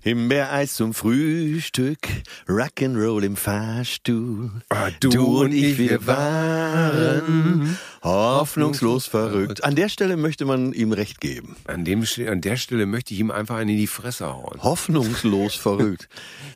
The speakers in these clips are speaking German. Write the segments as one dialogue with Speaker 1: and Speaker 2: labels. Speaker 1: Himbeereis zum Frühstück, Rock'n'Roll im Fahrstuhl.
Speaker 2: Ah, du und ich, wir
Speaker 1: waren hoffnungslos verrückt. An der Stelle möchte man ihm recht geben.
Speaker 2: An, dem, Sch- an der Stelle möchte ich ihm einfach einen in die Fresse hauen.
Speaker 1: Hoffnungslos verrückt.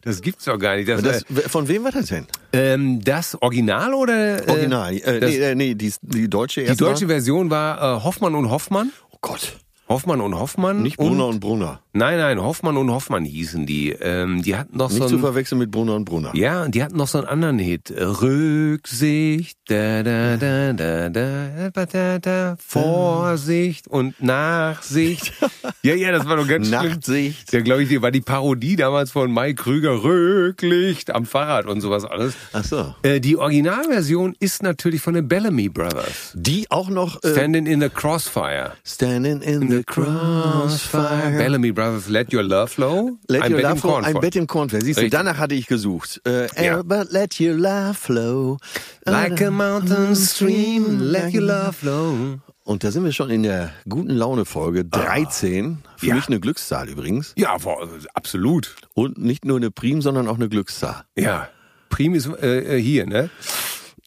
Speaker 2: Das gibt's doch gar nicht. Das,
Speaker 1: Und Das, von wem war das denn?
Speaker 2: ähm, das Original oder? äh,
Speaker 1: Original. Äh,
Speaker 2: das,
Speaker 1: nee, äh, nee, die, die deutsche
Speaker 2: die
Speaker 1: erstmal.
Speaker 2: deutsche Version war äh, Hoffmann und Hoffmann.
Speaker 1: Oh Gott.
Speaker 2: Hoffmann und Hoffmann.
Speaker 1: Nicht
Speaker 2: und,
Speaker 1: Brunner und Brunner.
Speaker 2: Nein, nein, Hoffmann und Hoffmann hießen die. Ähm, die hatten noch
Speaker 1: Nicht
Speaker 2: so
Speaker 1: zu
Speaker 2: ein,
Speaker 1: verwechseln mit Brunner und Brunner.
Speaker 2: Ja, und die hatten noch so einen anderen Hit. Rücksicht, da, da, da, da, da, da, da, da, Vorsicht und Nachsicht. Ja, ja, das war doch ganz schlimm.
Speaker 1: Nachtsicht.
Speaker 2: Ja, glaube ich, die war die Parodie damals von Mai Krüger, Rücklicht am Fahrrad und sowas alles.
Speaker 1: Ach so.
Speaker 2: Äh, die Originalversion ist natürlich von den Bellamy Brothers.
Speaker 1: Die auch noch äh,
Speaker 2: Standing in the Crossfire.
Speaker 1: Standing in the Crossfire.
Speaker 2: Bellamy Brothers, Let Your Love Flow.
Speaker 1: Let
Speaker 2: ein
Speaker 1: your
Speaker 2: Bett
Speaker 1: love
Speaker 2: im
Speaker 1: flow,
Speaker 2: Kornfeld.
Speaker 1: ein Bett im Kornfeld. Siehst du,
Speaker 2: Richtig.
Speaker 1: danach hatte ich gesucht. Äh,
Speaker 2: Ja.
Speaker 1: But let your love flow.
Speaker 2: Like a mountain stream, let your love flow.
Speaker 1: Und da sind wir schon in der guten Laune Folge 13. Für
Speaker 2: Ah. Ja.
Speaker 1: mich eine Glückszahl übrigens.
Speaker 2: Ja, vor- absolut.
Speaker 1: Und nicht nur eine Prim, sondern auch eine Glückszahl.
Speaker 2: Ja. Prim ist äh, äh, hier, ne?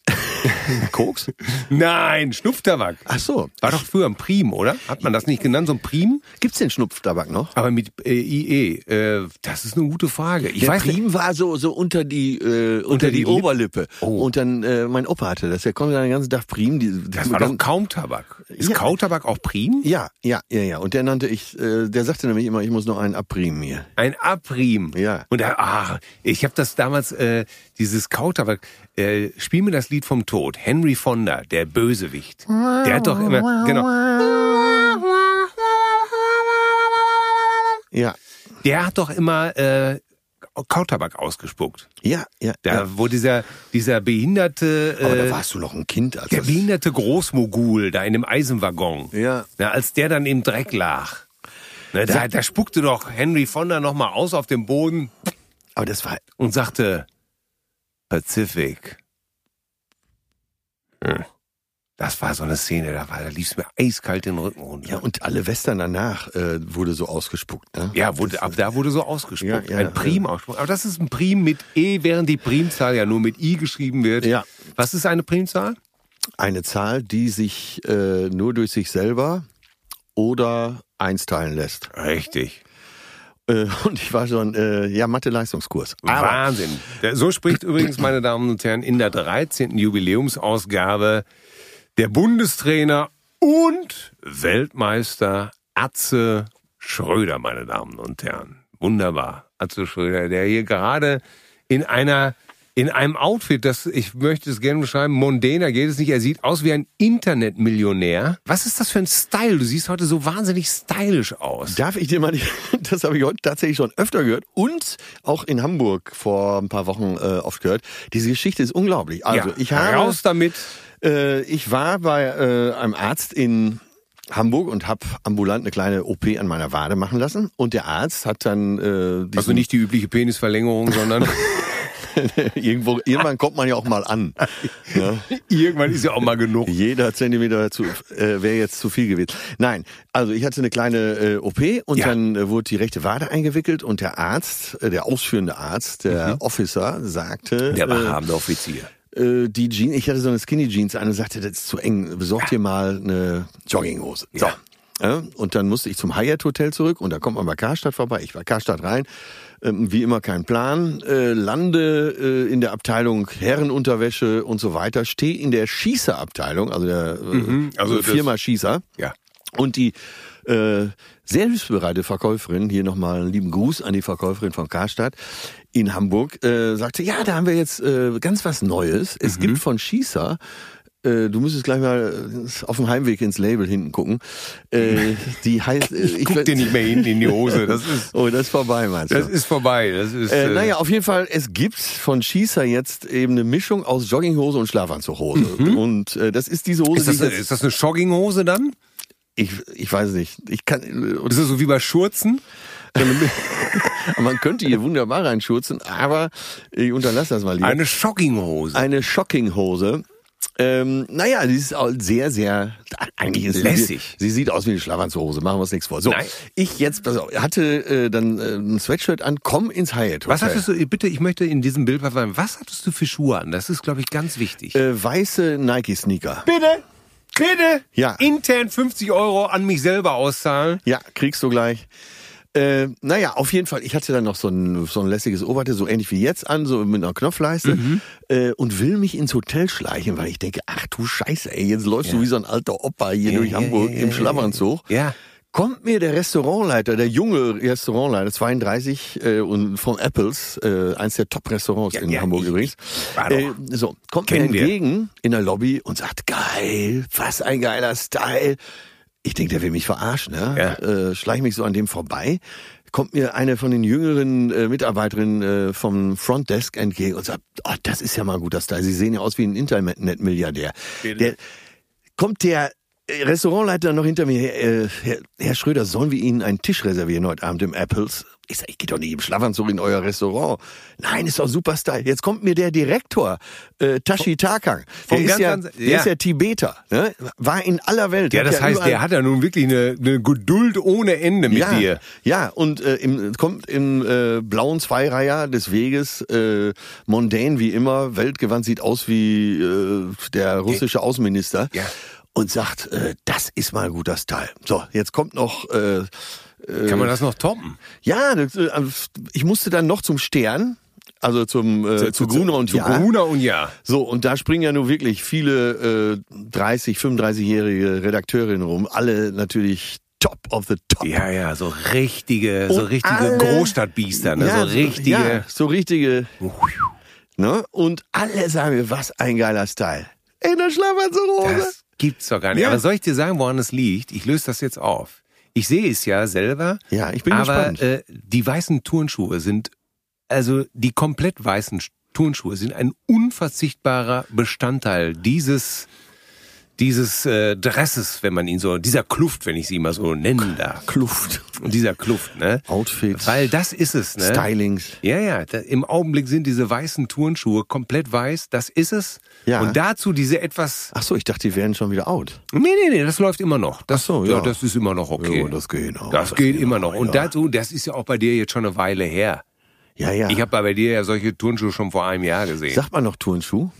Speaker 1: Koks?
Speaker 2: Nein, Schnupftabak.
Speaker 1: Ach so.
Speaker 2: War doch früher ein Prim, oder? Hat man das nicht genannt, so ein Prim?
Speaker 1: Gibt's den Schnupftabak noch?
Speaker 2: Aber mit äh, IE, äh, das ist eine gute Frage. Ich
Speaker 1: Der
Speaker 2: weiß nicht.
Speaker 1: Prim war so, so unter die, äh, unter,
Speaker 2: Unter
Speaker 1: die,
Speaker 2: die Lip-
Speaker 1: Oberlippe.
Speaker 2: Oh.
Speaker 1: Und dann, äh, mein Opa hatte das. Der konnte dann den ganzen Tag Prim. Die,
Speaker 2: Das war doch Kaumtabak. Ist
Speaker 1: Ja.
Speaker 2: Kautabak auch Prim?
Speaker 1: Ja, ja, ja, ja. Und der nannte ich, äh, der sagte nämlich immer, ich muss noch einen abprimen hier.
Speaker 2: Ein Abrim.
Speaker 1: Ja.
Speaker 2: Und da, ah, ich habe das damals, äh, dieses Kautabak, äh, spiel mir das Lied vom Tod. Henry Fonda, der Bösewicht. Der hat doch immer, genau,
Speaker 1: Ja,
Speaker 2: der hat doch immer äh, Kautabak ausgespuckt.
Speaker 1: ja, ja.
Speaker 2: Da,
Speaker 1: ja.
Speaker 2: wo dieser, dieser behinderte,
Speaker 1: Aber da
Speaker 2: äh,
Speaker 1: warst du noch ein Kind. Als
Speaker 2: der
Speaker 1: das-
Speaker 2: behinderte Großmogul da in dem Eisenwaggon.
Speaker 1: Ja.
Speaker 2: Na, als der dann im Dreck lag. Ne, da, da spuckte doch Henry Fonda nochmal aus auf dem Boden
Speaker 1: Aber das war,
Speaker 2: und sagte, Pacific. Hm. Das war so eine Szene, da, war- da lief es mir eiskalt den Rücken runter.
Speaker 1: ja, und alle Western danach äh, wurde so ausgespuckt, ne?
Speaker 2: Ja, wurde, ab da wurde so ausgespuckt.
Speaker 1: Ja, ja,
Speaker 2: ein Prim ausgespuckt. Aber das ist ein Prim mit E, während die Primzahl ja nur mit I geschrieben wird.
Speaker 1: Ja.
Speaker 2: Was ist eine Primzahl?
Speaker 1: Eine Zahl, die sich äh, nur durch sich selber oder eins teilen lässt.
Speaker 2: Richtig.
Speaker 1: Äh, und ich war schon, äh, ja, Mathe-Leistungskurs. Aber
Speaker 2: Wahnsinn. So spricht übrigens, meine Damen und Herren, in der 13. Jubiläumsausgabe der Bundestrainer und Weltmeister Atze Schröder, meine Damen und Herren. Wunderbar. Atze Schröder, der hier gerade in einer in einem Outfit, das ich möchte es gerne beschreiben, mondäner geht es nicht. Er sieht aus wie ein Internetmillionär. Was ist das für ein Style? Du siehst heute so wahnsinnig stylisch aus.
Speaker 1: darf ich dir mal, die, das habe ich heute tatsächlich schon öfter gehört und auch in Hamburg vor ein paar Wochen äh, oft gehört. Diese Geschichte ist unglaublich. Also
Speaker 2: ja,
Speaker 1: ich habe
Speaker 2: raus damit.
Speaker 1: Äh, ich war bei äh, einem Arzt in Hamburg und habe ambulant eine kleine OP an meiner Wade machen lassen. Und der Arzt hat dann äh, diesen,
Speaker 2: Also nicht die übliche Penisverlängerung, sondern
Speaker 1: irgendwo irgendwann kommt man ja auch mal an. ne? Ja.
Speaker 2: Irgendwann ist ja auch mal genug.
Speaker 1: Jeder Zentimeter zu, äh, wäre jetzt zu viel gewesen. Nein, also ich hatte eine kleine äh, OP und
Speaker 2: Ja.
Speaker 1: dann äh, wurde die rechte Wade eingewickelt und der Arzt, äh, der ausführende Arzt, der Officer, sagte,
Speaker 2: Mhm. Der
Speaker 1: äh,
Speaker 2: behabende Offizier.
Speaker 1: äh, die Jeans, ich hatte so eine Skinny Jeans an und sagte, das ist zu eng, besorgt dir mal eine Jogginghose. So. Ja, Und dann musste ich zum Hyatt Hotel zurück und da kommt man bei Karstadt vorbei. Ich war Karstadt rein, ähm, wie immer kein Plan, äh, lande äh, in der Abteilung Herrenunterwäsche und so weiter, stehe in der Schießerabteilung, also der äh,
Speaker 2: also das-
Speaker 1: Firma Schießer.
Speaker 2: Ja.
Speaker 1: Und die äh, sehr hilfsbereite Verkäuferin, hier nochmal einen lieben Gruß an die Verkäuferin von Karstadt in Hamburg, äh, sagte, ja, da haben wir jetzt äh, ganz was Neues.
Speaker 2: Mhm.
Speaker 1: Es gibt von Schießer, äh, du müsstest gleich mal äh, auf dem Heimweg ins Label hinten gucken, äh, die heißt... Äh, ich
Speaker 2: Guck dir nicht mehr hinten in die Hose. Das ist,
Speaker 1: Oh, das ist vorbei, meinst du?
Speaker 2: das ist vorbei. Das ist,
Speaker 1: Äh,
Speaker 2: äh,
Speaker 1: naja, auf jeden Fall, es gibt von Schießer jetzt eben eine Mischung aus Jogginghose und Schlafanzughose. Und äh, das ist diese Hose,
Speaker 2: Mhm. ist, das
Speaker 1: die ich,
Speaker 2: eine,
Speaker 1: jetzt-
Speaker 2: ist das eine Jogginghose dann?
Speaker 1: ich, ich weiß nicht, ich kann, äh,
Speaker 2: Ist das so wie bei Schurzen?
Speaker 1: So eine- Man könnte hier wunderbar reinschurzen, aber ich unterlasse das mal lieber.
Speaker 2: Eine Jogginghose.
Speaker 1: eine Shockinghose. Ähm, naja, sie ist auch sehr, sehr, eigentlich ist sie-
Speaker 2: Lässig.
Speaker 1: Sie, sieht aus wie eine Schlafanzhose, machen wir uns nichts vor. So,
Speaker 2: Nein.
Speaker 1: ich jetzt, pass auf, hatte äh, dann äh, ein Sweatshirt an, komm ins Hyatt Hotel.
Speaker 2: Was hattest du, bitte, ich möchte in diesem Bild verweilen, was hattest du für Schuhe an? Das ist, glaube ich, ganz wichtig.
Speaker 1: Äh, weiße Nike-Sneaker.
Speaker 2: bitte, bitte,
Speaker 1: Ja.
Speaker 2: intern 50 Euro an mich selber auszahlen.
Speaker 1: Ja, kriegst du gleich. Äh, naja, auf jeden Fall, ich hatte dann noch so ein, so ein lässiges Oberteil, so ähnlich wie jetzt an, so mit einer Knopfleiste
Speaker 2: Mhm.
Speaker 1: äh, und will mich ins Hotel schleichen, weil ich denke, ach du Scheiße, ey, jetzt läufst du wie so ein alter Opa hier durch
Speaker 2: ja,
Speaker 1: Hamburg
Speaker 2: ja, ja,
Speaker 1: im
Speaker 2: ja,
Speaker 1: Schlafanzug.
Speaker 2: Ja.
Speaker 1: kommt mir der Restaurantleiter, der junge Restaurantleiter, 32 äh, und vom Apples, äh, eins der Top-Restaurants
Speaker 2: Ja,
Speaker 1: in
Speaker 2: ja,
Speaker 1: Hamburg
Speaker 2: ich-
Speaker 1: übrigens.
Speaker 2: war doch.
Speaker 1: Äh, so, kommt
Speaker 2: Kennen
Speaker 1: mir
Speaker 2: wir.
Speaker 1: entgegen in der Lobby und sagt, geil, was ein geiler Style. Ich denke, der will mich verarschen, ne? Äh, schleich mich so an dem vorbei. Kommt mir eine von den jüngeren äh, Mitarbeiterinnen äh, vom Frontdesk entgegen und sagt, oh, das ist ja mal ein guter Style. Sie sehen ja aus wie ein Internet-Milliardär. Der, kommt der äh, Restaurantleiter noch hinter mir. Äh, Herr, Herr Schröder, sollen wir Ihnen einen Tisch reservieren heute Abend im Apples? Ich sag, ich gehe doch nicht im Schlafanzug in euer Restaurant. Nein, ist doch super Style. Jetzt kommt mir der Direktor, äh, Tashi Takang. Der,
Speaker 2: vom
Speaker 1: ist
Speaker 2: ganz
Speaker 1: ja,
Speaker 2: anderen-
Speaker 1: der
Speaker 2: ja.
Speaker 1: ist ja Tibeter. Ne? War in aller Welt.
Speaker 2: Ja,
Speaker 1: Hat
Speaker 2: das heißt,
Speaker 1: überall-
Speaker 2: der hat ja nun wirklich eine, eine Geduld ohne Ende mit
Speaker 1: ja,
Speaker 2: dir.
Speaker 1: Ja, und äh, im, kommt im äh, blauen Zweireiher des Weges, äh, mondän wie immer, weltgewandt, sieht aus wie äh, der russische Außenminister
Speaker 2: Ja.
Speaker 1: und sagt, äh, das ist mal ein guter Style. So, jetzt kommt noch... Äh,
Speaker 2: Kann man das noch toppen?
Speaker 1: ja, das, äh, ich musste dann noch zum Stern, also zum äh, zu, Gruner und
Speaker 2: zu
Speaker 1: Jahr.
Speaker 2: Gruner und ja.
Speaker 1: So, und da springen ja nur wirklich viele äh, 30, 35-jährige Redakteurinnen rum, alle natürlich top of the top.
Speaker 2: Ja, ja, so richtige, so
Speaker 1: Und
Speaker 2: richtige
Speaker 1: alle-
Speaker 2: Großstadtbiester, ne? so richtige.
Speaker 1: Ja, so richtige. Ne? Und alle sagen mir, was ein geiler Style. In der Schlafanzughose.
Speaker 2: Das gibt's doch gar nicht.
Speaker 1: Ja.
Speaker 2: Aber soll ich dir sagen, woran es liegt? Ich löse das jetzt auf. Ich sehe es ja selber.
Speaker 1: Ja, ich bin
Speaker 2: aber,
Speaker 1: gespannt.
Speaker 2: äh, die weißen Turnschuhe sind, also die komplett weißen Sch- Turnschuhe sind ein unverzichtbarer Bestandteil dieses dieses äh, Dresses, wenn man ihn so, dieser Kluft, wenn ich sie mal so nennen darf.
Speaker 1: Kluft.
Speaker 2: Und dieser Kluft, ne?
Speaker 1: Outfits.
Speaker 2: Weil das ist es, ne?
Speaker 1: Stylings.
Speaker 2: Ja, ja, da, im Augenblick sind diese weißen Turnschuhe komplett weiß, das ist es.
Speaker 1: Ja.
Speaker 2: Und dazu diese etwas,
Speaker 1: Ach so, ich dachte, die wären schon wieder out.
Speaker 2: nee, nee, nee, das läuft immer noch. Das,
Speaker 1: Ach so, ja.
Speaker 2: das ist immer noch okay.
Speaker 1: Ja, das geht noch.
Speaker 2: Das geht immer noch. Und
Speaker 1: ja.
Speaker 2: dazu, das ist ja auch bei dir jetzt schon eine Weile her.
Speaker 1: Ja, ja.
Speaker 2: Ich habe bei dir ja solche Turnschuhe schon vor einem Jahr gesehen.
Speaker 1: Sagt man noch Turnschuh?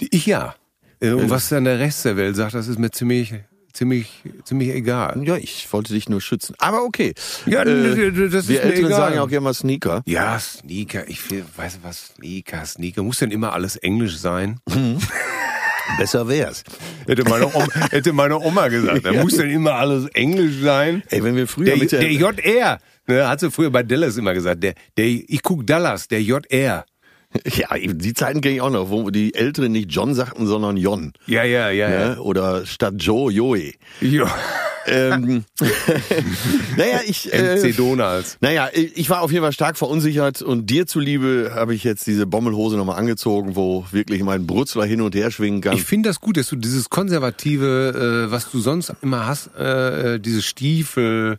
Speaker 2: Die- Ich ja. Äh, Und was dann der Rest der Welt sagt, das ist mir ziemlich, ziemlich, ziemlich egal.
Speaker 1: Ja, ich wollte dich nur schützen. Aber okay. Äh,
Speaker 2: Ja, d- d- das ist
Speaker 1: wir
Speaker 2: mir
Speaker 1: Älteren
Speaker 2: egal.
Speaker 1: sagen ja auch gerne mal Sneaker.
Speaker 2: Ja, Sneaker, ich will, weißt du was, Sneaker, Sneaker, muss denn immer alles Englisch sein?
Speaker 1: Besser wär's.
Speaker 2: Hätte meine Oma, hätte meine Oma gesagt, da muss denn immer alles Englisch sein?
Speaker 1: Ey, wenn wir früher
Speaker 2: Der,
Speaker 1: mit der,
Speaker 2: der JR, ne, hat sie früher bei Dallas immer gesagt, der, der, ich guck Dallas, der JR.
Speaker 1: Ja, die Zeiten kenne ich auch noch, wo die Älteren nicht John sagten, sondern Jon.
Speaker 2: Ja, ja, ja, ja.
Speaker 1: Ne? Oder statt Joe, Joey.
Speaker 2: Jo.
Speaker 1: ähm, naja, ich.
Speaker 2: MC
Speaker 1: Äh,
Speaker 2: Donalds.
Speaker 1: naja, ich war auf jeden Fall stark verunsichert und dir zuliebe habe ich jetzt diese Bommelhose nochmal angezogen, wo wirklich mein Brutzler hin und her schwingen kann.
Speaker 2: Ich finde das gut, dass du dieses konservative, äh, was du sonst immer hast, äh, äh, diese Stiefel,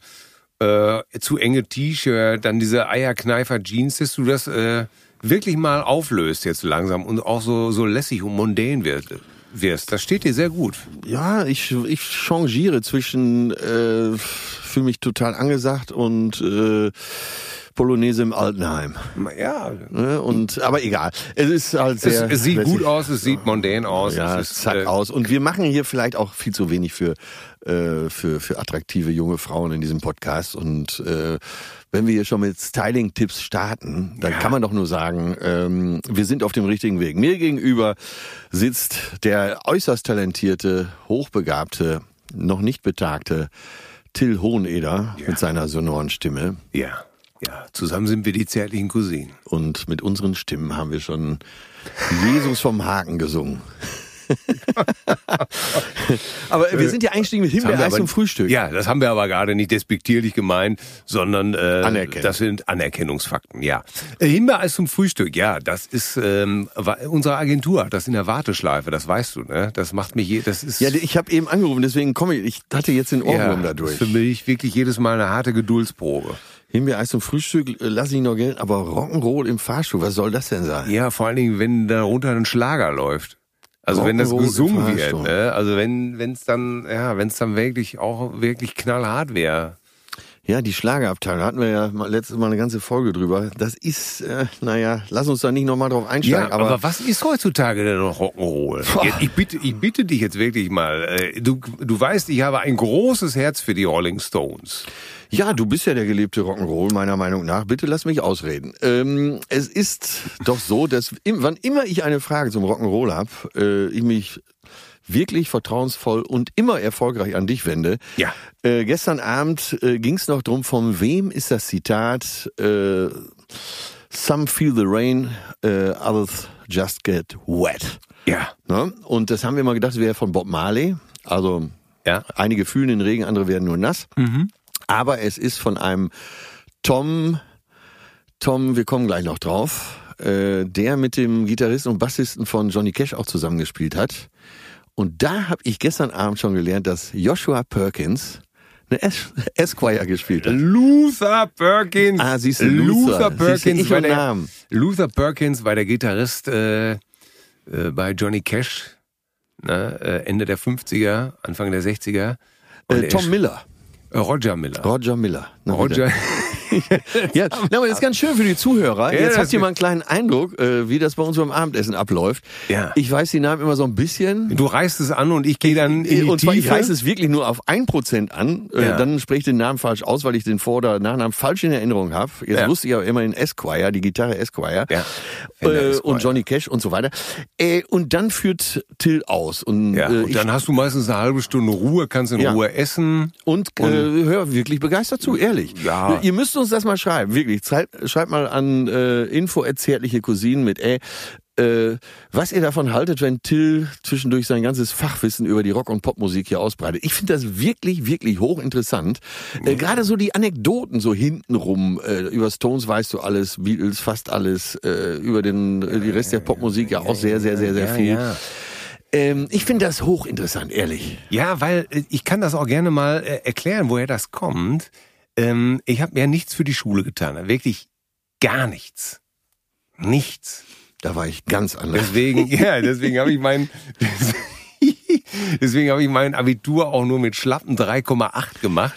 Speaker 2: äh, zu enge T-Shirt, dann diese Eierkneifer-Jeans, dass du das äh, wirklich mal auflöst jetzt langsam und auch so, so lässig und mondän wirst. wirst. Das steht dir sehr gut.
Speaker 1: ja, ich, ich changiere zwischen, äh, fühle mich total angesagt und äh, Polonaise im Altenheim.
Speaker 2: Ja,
Speaker 1: Ne? Und, aber egal, es ist halt
Speaker 2: es,
Speaker 1: sehr.
Speaker 2: es sieht
Speaker 1: lässig.
Speaker 2: gut aus, es sieht mondän aus.
Speaker 1: Ja,
Speaker 2: es ist,
Speaker 1: zack
Speaker 2: äh,
Speaker 1: aus. Und wir machen hier vielleicht auch viel zu wenig für, äh, für, für attraktive junge Frauen in diesem Podcast. Und äh, wenn wir hier schon mit Styling-Tipps starten, dann kann man doch nur sagen, ähm, wir sind auf dem richtigen Weg. Mir gegenüber sitzt der äußerst talentierte, hochbegabte, noch nicht betagte Till Hoheneder mit seiner sonoren Stimme.
Speaker 2: Ja, ja. Zusammen sind wir die zärtlichen Cousinen.
Speaker 1: Und mit unseren Stimmen haben wir schon Jesus vom Haken gesungen. aber wir sind ja eingestiegen mit
Speaker 2: haben wir
Speaker 1: Himbeereis
Speaker 2: aber-
Speaker 1: zum Frühstück.
Speaker 2: Ja, das haben wir aber gerade nicht despektierlich gemeint, sondern äh,
Speaker 1: Anerkennend.
Speaker 2: das sind Anerkennungsfakten, ja. Äh, Hinweis zum Frühstück, ja, das ist ähm, wa- unsere Agentur hat das in der Warteschleife, das weißt du, ne? Das macht mich je, das ist
Speaker 1: Ja, ich habe eben angerufen, deswegen komme ich. Ich hatte jetzt den Ohrwurm
Speaker 2: ja,
Speaker 1: dadurch.
Speaker 2: Für mich wirklich jedes Mal eine harte Geduldsprobe.
Speaker 1: Himbeereis zum Frühstück äh, lasse ich noch gelten, aber Rock'n'Roll im Fahrstuhl, was soll das denn sein?
Speaker 2: Ja, vor allen Dingen, wenn darunter ein Schlager läuft. Also wenn das
Speaker 1: Rock'n'Roll
Speaker 2: gesungen
Speaker 1: im
Speaker 2: wird,
Speaker 1: Fahrstuhl.
Speaker 2: ne? also wenn wenn's dann ja wenn's dann wirklich auch wirklich knallhart wäre,
Speaker 1: Ja, die Schlagerabteilung, da hatten wir ja mal, letztes Mal eine ganze Folge drüber. Das ist, äh, naja, lass uns da nicht nochmal drauf einsteigen,
Speaker 2: Ja, aber, was ist heutzutage denn noch Rock'n'Roll? Jetzt, Ich bitte, ich bitte dich jetzt wirklich mal. äh, Du, du weißt, ich habe ein großes Herz für die Rolling Stones.
Speaker 1: Ja, du bist ja der gelebte Rock'n'Roll, meiner Meinung nach. Bitte lass mich ausreden. Ähm, es ist doch so, dass im, wann immer ich eine Frage zum Rock'n'Roll habe, äh, ich mich wirklich vertrauensvoll und immer erfolgreich an dich wende.
Speaker 2: Ja.
Speaker 1: Äh, gestern Abend äh, ging es noch drum, von wem ist das Zitat äh, Some feel the rain, äh, others just get wet.
Speaker 2: Ja.
Speaker 1: Ne? Und das haben wir mal gedacht, es wäre von Bob Marley. Also
Speaker 2: Ja.
Speaker 1: einige fühlen den Regen, andere werden nur nass.
Speaker 2: Mhm.
Speaker 1: Aber es ist von einem Tom, Tom, wir kommen gleich noch drauf, äh, der mit dem Gitarristen und Bassisten von Johnny Cash auch zusammengespielt hat. Und da habe ich gestern Abend schon gelernt, dass Joshua Perkins eine Es- Esquire gespielt
Speaker 2: Äh,
Speaker 1: hat.
Speaker 2: Luther Perkins.
Speaker 1: Ah, siehst du, Luther.
Speaker 2: Perkins
Speaker 1: Siehst du, ich
Speaker 2: war
Speaker 1: und
Speaker 2: der
Speaker 1: Namen.
Speaker 2: Luther Perkins war der Gitarrist äh, äh, bei Johnny Cash. Ne, äh, Ende der 50er, Anfang der 60er. Und
Speaker 1: Äh,
Speaker 2: er
Speaker 1: Tom
Speaker 2: sch-
Speaker 1: Miller.
Speaker 2: äh, Roger Miller.
Speaker 1: Roger Miller. Na, bitte.
Speaker 2: Roger.
Speaker 1: Ja, na, aber das ist ganz schön für die Zuhörer.
Speaker 2: Ja,
Speaker 1: Jetzt
Speaker 2: das
Speaker 1: habt ihr
Speaker 2: ist-
Speaker 1: mal einen kleinen Eindruck, äh, wie das bei uns beim Abendessen abläuft.
Speaker 2: Ja.
Speaker 1: Ich weiß die Namen immer so ein bisschen.
Speaker 2: Du reißt es an und ich gehe dann in die
Speaker 1: Und zwar, ich
Speaker 2: Tiefe.
Speaker 1: reiße es wirklich nur auf 1% an. Äh,
Speaker 2: Ja.
Speaker 1: Dann spreche ich den Namen falsch aus, weil ich den Vor- oder Nachnamen falsch in Erinnerung habe. Jetzt
Speaker 2: Ja.
Speaker 1: wusste ich aber immerhin Esquire, die Gitarre Esquire.
Speaker 2: Ja. Fender
Speaker 1: Äh,
Speaker 2: Esquire.
Speaker 1: und Johnny Cash und so weiter. Äh, und dann führt Till aus. Und,
Speaker 2: Ja,
Speaker 1: äh,
Speaker 2: und
Speaker 1: ich,
Speaker 2: dann hast du meistens eine halbe Stunde Ruhe, kannst in
Speaker 1: Ja.
Speaker 2: Ruhe essen.
Speaker 1: und äh, hör wirklich begeistert zu, ehrlich.
Speaker 2: Ja.
Speaker 1: Ihr müsst uns das mal schreiben, wirklich. Schreibt, schreibt mal an äh, info zärtliche Cousinen mit ey, äh, was ihr davon haltet, wenn Till zwischendurch sein ganzes Fachwissen über die Rock- und Popmusik hier ausbreitet. Ich finde das wirklich, wirklich hochinteressant. Äh, Gerade so die Anekdoten so hintenrum, äh, über Stones weißt du alles, Beatles fast alles, äh, über den äh, die Rest der Popmusik ja auch sehr, sehr, sehr, sehr
Speaker 2: Ja,
Speaker 1: viel.
Speaker 2: ja.
Speaker 1: Ähm, ich finde das hochinteressant, ehrlich.
Speaker 2: Ja, weil äh, ich kann das auch gerne mal äh, erklären, woher das kommt. Ähm, ich habe mir nichts für die Schule getan, wirklich gar nichts. Nichts.
Speaker 1: Da war ich ganz anders.
Speaker 2: Deswegen, ja, deswegen habe ich mein deswegen habe ich mein Abitur auch nur mit schlappen 3,8 gemacht.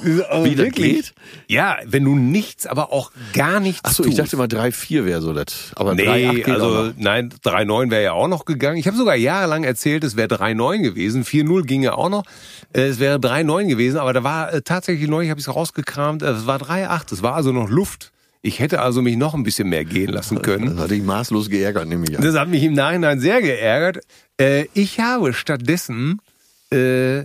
Speaker 1: Wie das geht?
Speaker 2: Ja, wenn du nichts, aber auch gar nichts
Speaker 1: Achso, ich
Speaker 2: tust.
Speaker 1: dachte mal 3-4 wäre so das. Aber 3-8
Speaker 2: Nee,
Speaker 1: geht auch
Speaker 2: also
Speaker 1: noch.
Speaker 2: nein, 3-9 wäre ja auch noch gegangen. Ich habe sogar jahrelang erzählt, es wäre 3-9 gewesen. 4-0 ginge auch noch. Äh, Es wäre 3-9 gewesen, aber da war äh, tatsächlich neulich, habe ich es rausgekramt, äh, es war 3-8. Es war also noch Luft. Ich hätte also mich noch ein bisschen mehr gehen lassen
Speaker 1: Das
Speaker 2: können.
Speaker 1: hatte ich maßlos geärgert, nehme ich an.
Speaker 2: Das hat mich im Nachhinein sehr geärgert. Äh, Ich habe stattdessen äh,